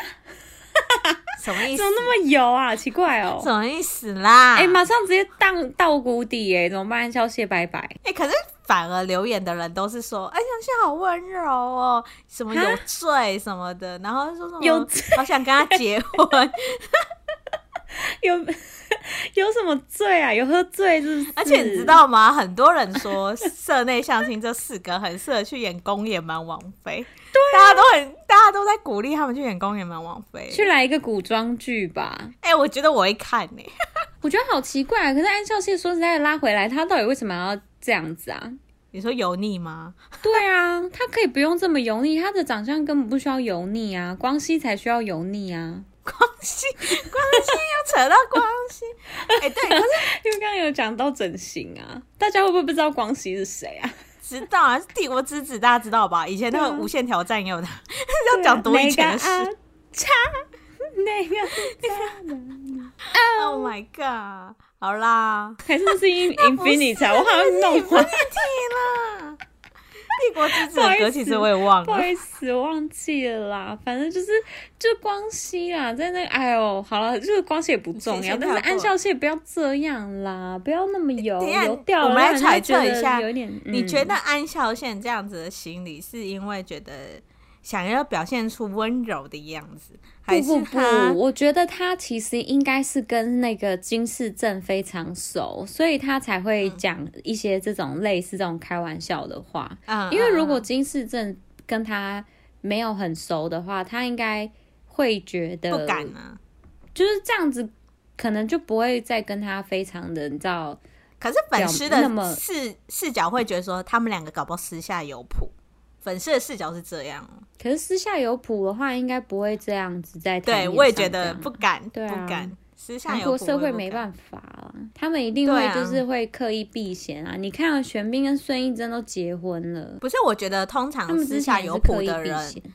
[SPEAKER 1] 什么意思
[SPEAKER 2] 怎么？那么油啊？奇怪哦。
[SPEAKER 1] 什么意思啦？
[SPEAKER 2] 哎、马上直接荡到谷底哎、怎么办？消谢拜拜。
[SPEAKER 1] 哎、可是反而留言的人都是说，哎、杨信好温柔哦，什么有罪什么的，然后说什么
[SPEAKER 2] 有
[SPEAKER 1] 好想跟他结婚，
[SPEAKER 2] 有 *laughs* 有什么罪啊？有喝醉是不是？
[SPEAKER 1] *laughs* 而且你知道吗？很多人说社内相亲这四个很适合去演公演蛮王妃，对、
[SPEAKER 2] 啊
[SPEAKER 1] 大家都很大家都在鼓励他们去演公演蛮王妃。
[SPEAKER 2] 去来一个古装剧吧，
[SPEAKER 1] 哎、我觉得我会看呢、
[SPEAKER 2] 我觉得好奇怪、啊。可是安孝燮说实在的拉回来，他到底为什么要这样子啊？
[SPEAKER 1] 你说油腻吗？ *laughs*
[SPEAKER 2] 对啊，他可以不用这么油腻，他的长相根本不需要油腻啊，光熙才需要油腻啊。
[SPEAKER 1] 光熙，光熙又扯到光
[SPEAKER 2] *laughs*
[SPEAKER 1] 熙，哎、对，可是
[SPEAKER 2] 因为刚刚有讲到整形啊，大家会不会不知道光熙是谁 *laughs* 啊？
[SPEAKER 1] 知道啊，是帝国之子，大家知道吧？以前那个
[SPEAKER 2] 对啊
[SPEAKER 1] 无限挑战也有他，
[SPEAKER 2] 嗯
[SPEAKER 1] *laughs* 要讲多以前的事。
[SPEAKER 2] 哪个啊 *laughs* 差那个差啊
[SPEAKER 1] oh my god！好啦，
[SPEAKER 2] 还是是 In Infinity 啊？我好像弄
[SPEAKER 1] 不
[SPEAKER 2] 混 *laughs*
[SPEAKER 1] 立，体啦。帝国之子
[SPEAKER 2] 不好
[SPEAKER 1] 的
[SPEAKER 2] 意
[SPEAKER 1] 歌
[SPEAKER 2] 思
[SPEAKER 1] 其实我也忘
[SPEAKER 2] 不好
[SPEAKER 1] 了，
[SPEAKER 2] 意思，我忘记了啦。反正就是就光熙啦，在那哎呦，好了，就是光熙也不重要，
[SPEAKER 1] 先先
[SPEAKER 2] 但是
[SPEAKER 1] 跳
[SPEAKER 2] 安
[SPEAKER 1] 过
[SPEAKER 2] 孝燮不要这样啦，不要那么油
[SPEAKER 1] 等一下
[SPEAKER 2] 油掉了，
[SPEAKER 1] 我们来
[SPEAKER 2] 让人家
[SPEAKER 1] 揣测
[SPEAKER 2] 觉得
[SPEAKER 1] 一下
[SPEAKER 2] 有点
[SPEAKER 1] 你觉
[SPEAKER 2] 嗯
[SPEAKER 1] 得安孝燮这样子的心理是因为觉得想要表现出温柔的样子，还
[SPEAKER 2] 不
[SPEAKER 1] 是
[SPEAKER 2] 不不
[SPEAKER 1] 他，
[SPEAKER 2] 我觉得他其实应该是跟那个金世正非常熟，所以他才
[SPEAKER 1] 嗯
[SPEAKER 2] 会讲一些这种类似这种开玩笑的话。
[SPEAKER 1] 嗯
[SPEAKER 2] 因为如果
[SPEAKER 1] 嗯
[SPEAKER 2] 金世正跟他没有很熟的话，他应该会觉得
[SPEAKER 1] 不敢啊？
[SPEAKER 2] 就是这样子，可能就不会再跟他非常的，你知道，
[SPEAKER 1] 可是粉丝
[SPEAKER 2] 表那么
[SPEAKER 1] 的视视角会觉得说，他们两个搞不好私下有谱，粉丝的视角是这样哦。
[SPEAKER 2] 可是私下有谱的话，应该不会这样子在台
[SPEAKER 1] 对，
[SPEAKER 2] 面
[SPEAKER 1] 我也
[SPEAKER 2] 上
[SPEAKER 1] 觉
[SPEAKER 2] 这
[SPEAKER 1] 得
[SPEAKER 2] 样
[SPEAKER 1] 不敢，
[SPEAKER 2] 对啊
[SPEAKER 1] 不敢。私下
[SPEAKER 2] 韩
[SPEAKER 1] 有
[SPEAKER 2] 国社会没
[SPEAKER 1] 法。
[SPEAKER 2] 办法啊，他们一定
[SPEAKER 1] 对
[SPEAKER 2] 会
[SPEAKER 1] 啊
[SPEAKER 2] 就是会刻意避嫌啊。你看、啊，玄彬跟孙艺珍都结婚了，
[SPEAKER 1] 不是，我觉得通常
[SPEAKER 2] 他们
[SPEAKER 1] 啊私
[SPEAKER 2] 之
[SPEAKER 1] 下
[SPEAKER 2] 前也
[SPEAKER 1] 有
[SPEAKER 2] 是
[SPEAKER 1] 谱
[SPEAKER 2] 刻意
[SPEAKER 1] 的
[SPEAKER 2] 避
[SPEAKER 1] 人，
[SPEAKER 2] 嫌，嗯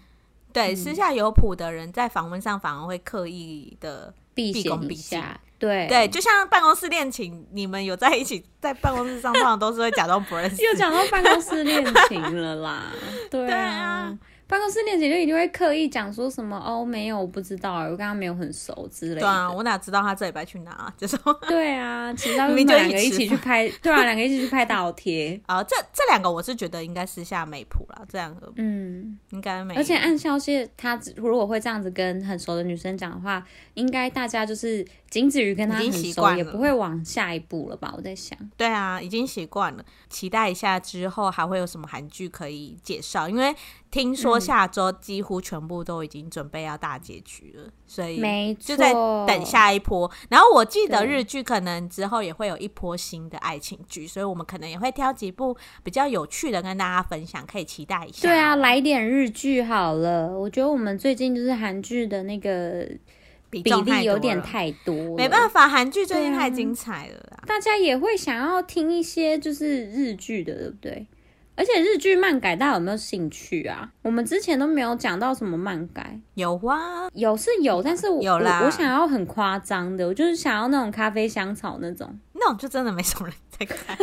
[SPEAKER 1] 对私下有谱的人，在访问上反而会刻意的，
[SPEAKER 2] 避
[SPEAKER 1] 毕恭
[SPEAKER 2] 嫌一
[SPEAKER 1] 毕敬
[SPEAKER 2] 下。对，
[SPEAKER 1] 对，就像办公室恋情，你们有在一起，在办公室上，通常都是会假装不
[SPEAKER 2] *laughs*
[SPEAKER 1] 认识。
[SPEAKER 2] 又讲到办公室恋情
[SPEAKER 1] *laughs*
[SPEAKER 2] 了啦，对
[SPEAKER 1] 对
[SPEAKER 2] 啊
[SPEAKER 1] 啊。
[SPEAKER 2] 办公室恋情就一定会刻意讲说什么哦，没有，我不知道，我跟他没有很熟之类的。
[SPEAKER 1] 对啊，我哪知道他这礼拜去哪、啊？就是说 *laughs*
[SPEAKER 2] 对啊，其实他们
[SPEAKER 1] 明明就
[SPEAKER 2] 两个
[SPEAKER 1] 一
[SPEAKER 2] 一
[SPEAKER 1] 起
[SPEAKER 2] 起去
[SPEAKER 1] 吃
[SPEAKER 2] 拍，对啊，两个一起去拍大头贴。
[SPEAKER 1] 啊，这这两个我是觉得应该私下没谱啦，这两个
[SPEAKER 2] 嗯，
[SPEAKER 1] 应该没。
[SPEAKER 2] 而且按消息，他如果会这样子跟很熟的女生讲的话，应该大家就是仅止于跟他
[SPEAKER 1] 已
[SPEAKER 2] 很
[SPEAKER 1] 经习
[SPEAKER 2] 熟，
[SPEAKER 1] 惯
[SPEAKER 2] 也
[SPEAKER 1] 了
[SPEAKER 2] 不会往下一步了吧？我在想，
[SPEAKER 1] 对啊，已经习惯了，期待一下之后还会有什么韩剧可以介绍，因为听
[SPEAKER 2] 嗯
[SPEAKER 1] 说下周几乎全部都已经准备要大结局了，所以
[SPEAKER 2] 没错，
[SPEAKER 1] 嗯就在等。下一波。然后我记得
[SPEAKER 2] 对
[SPEAKER 1] 日剧可能之后也会有一波新的爱情剧，所以我们可能也会挑几部比较有趣的跟大家分享，可以期待一下。
[SPEAKER 2] 对啊，，来点日剧好了。我觉得我们最近就是韩剧的那个
[SPEAKER 1] 比
[SPEAKER 2] 比
[SPEAKER 1] 重太
[SPEAKER 2] 例有
[SPEAKER 1] 多
[SPEAKER 2] 点
[SPEAKER 1] 了
[SPEAKER 2] 太多了，
[SPEAKER 1] 没办法，韩剧最近
[SPEAKER 2] 对啊
[SPEAKER 1] 太精彩了啦。
[SPEAKER 2] 大家也会想要听一些就是日剧的，对不对？而且日剧漫改大家有没有兴趣啊？我们之前都没有讲到什么漫改，
[SPEAKER 1] 有啊，
[SPEAKER 2] 有是有，但是我
[SPEAKER 1] 有啦
[SPEAKER 2] 我我想要很夸张的，我就是想要那种咖啡香草那
[SPEAKER 1] *laughs*
[SPEAKER 2] 种，
[SPEAKER 1] 那种就真的没什么人在
[SPEAKER 2] *laughs*
[SPEAKER 1] 看。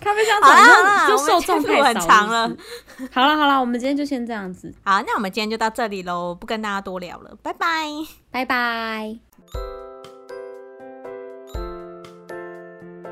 [SPEAKER 2] 咖啡香
[SPEAKER 1] 好
[SPEAKER 2] 草
[SPEAKER 1] 啦好
[SPEAKER 2] 那
[SPEAKER 1] 啦，
[SPEAKER 2] 种
[SPEAKER 1] 我
[SPEAKER 2] 就
[SPEAKER 1] 们篇
[SPEAKER 2] 受众
[SPEAKER 1] 幅
[SPEAKER 2] 太
[SPEAKER 1] 很
[SPEAKER 2] 少。
[SPEAKER 1] 长了
[SPEAKER 2] 是。不是好了好了，我们今天就先这样子，
[SPEAKER 1] 好，那我们今天就到这里喽，不跟大家多聊了，拜拜。
[SPEAKER 2] 拜拜。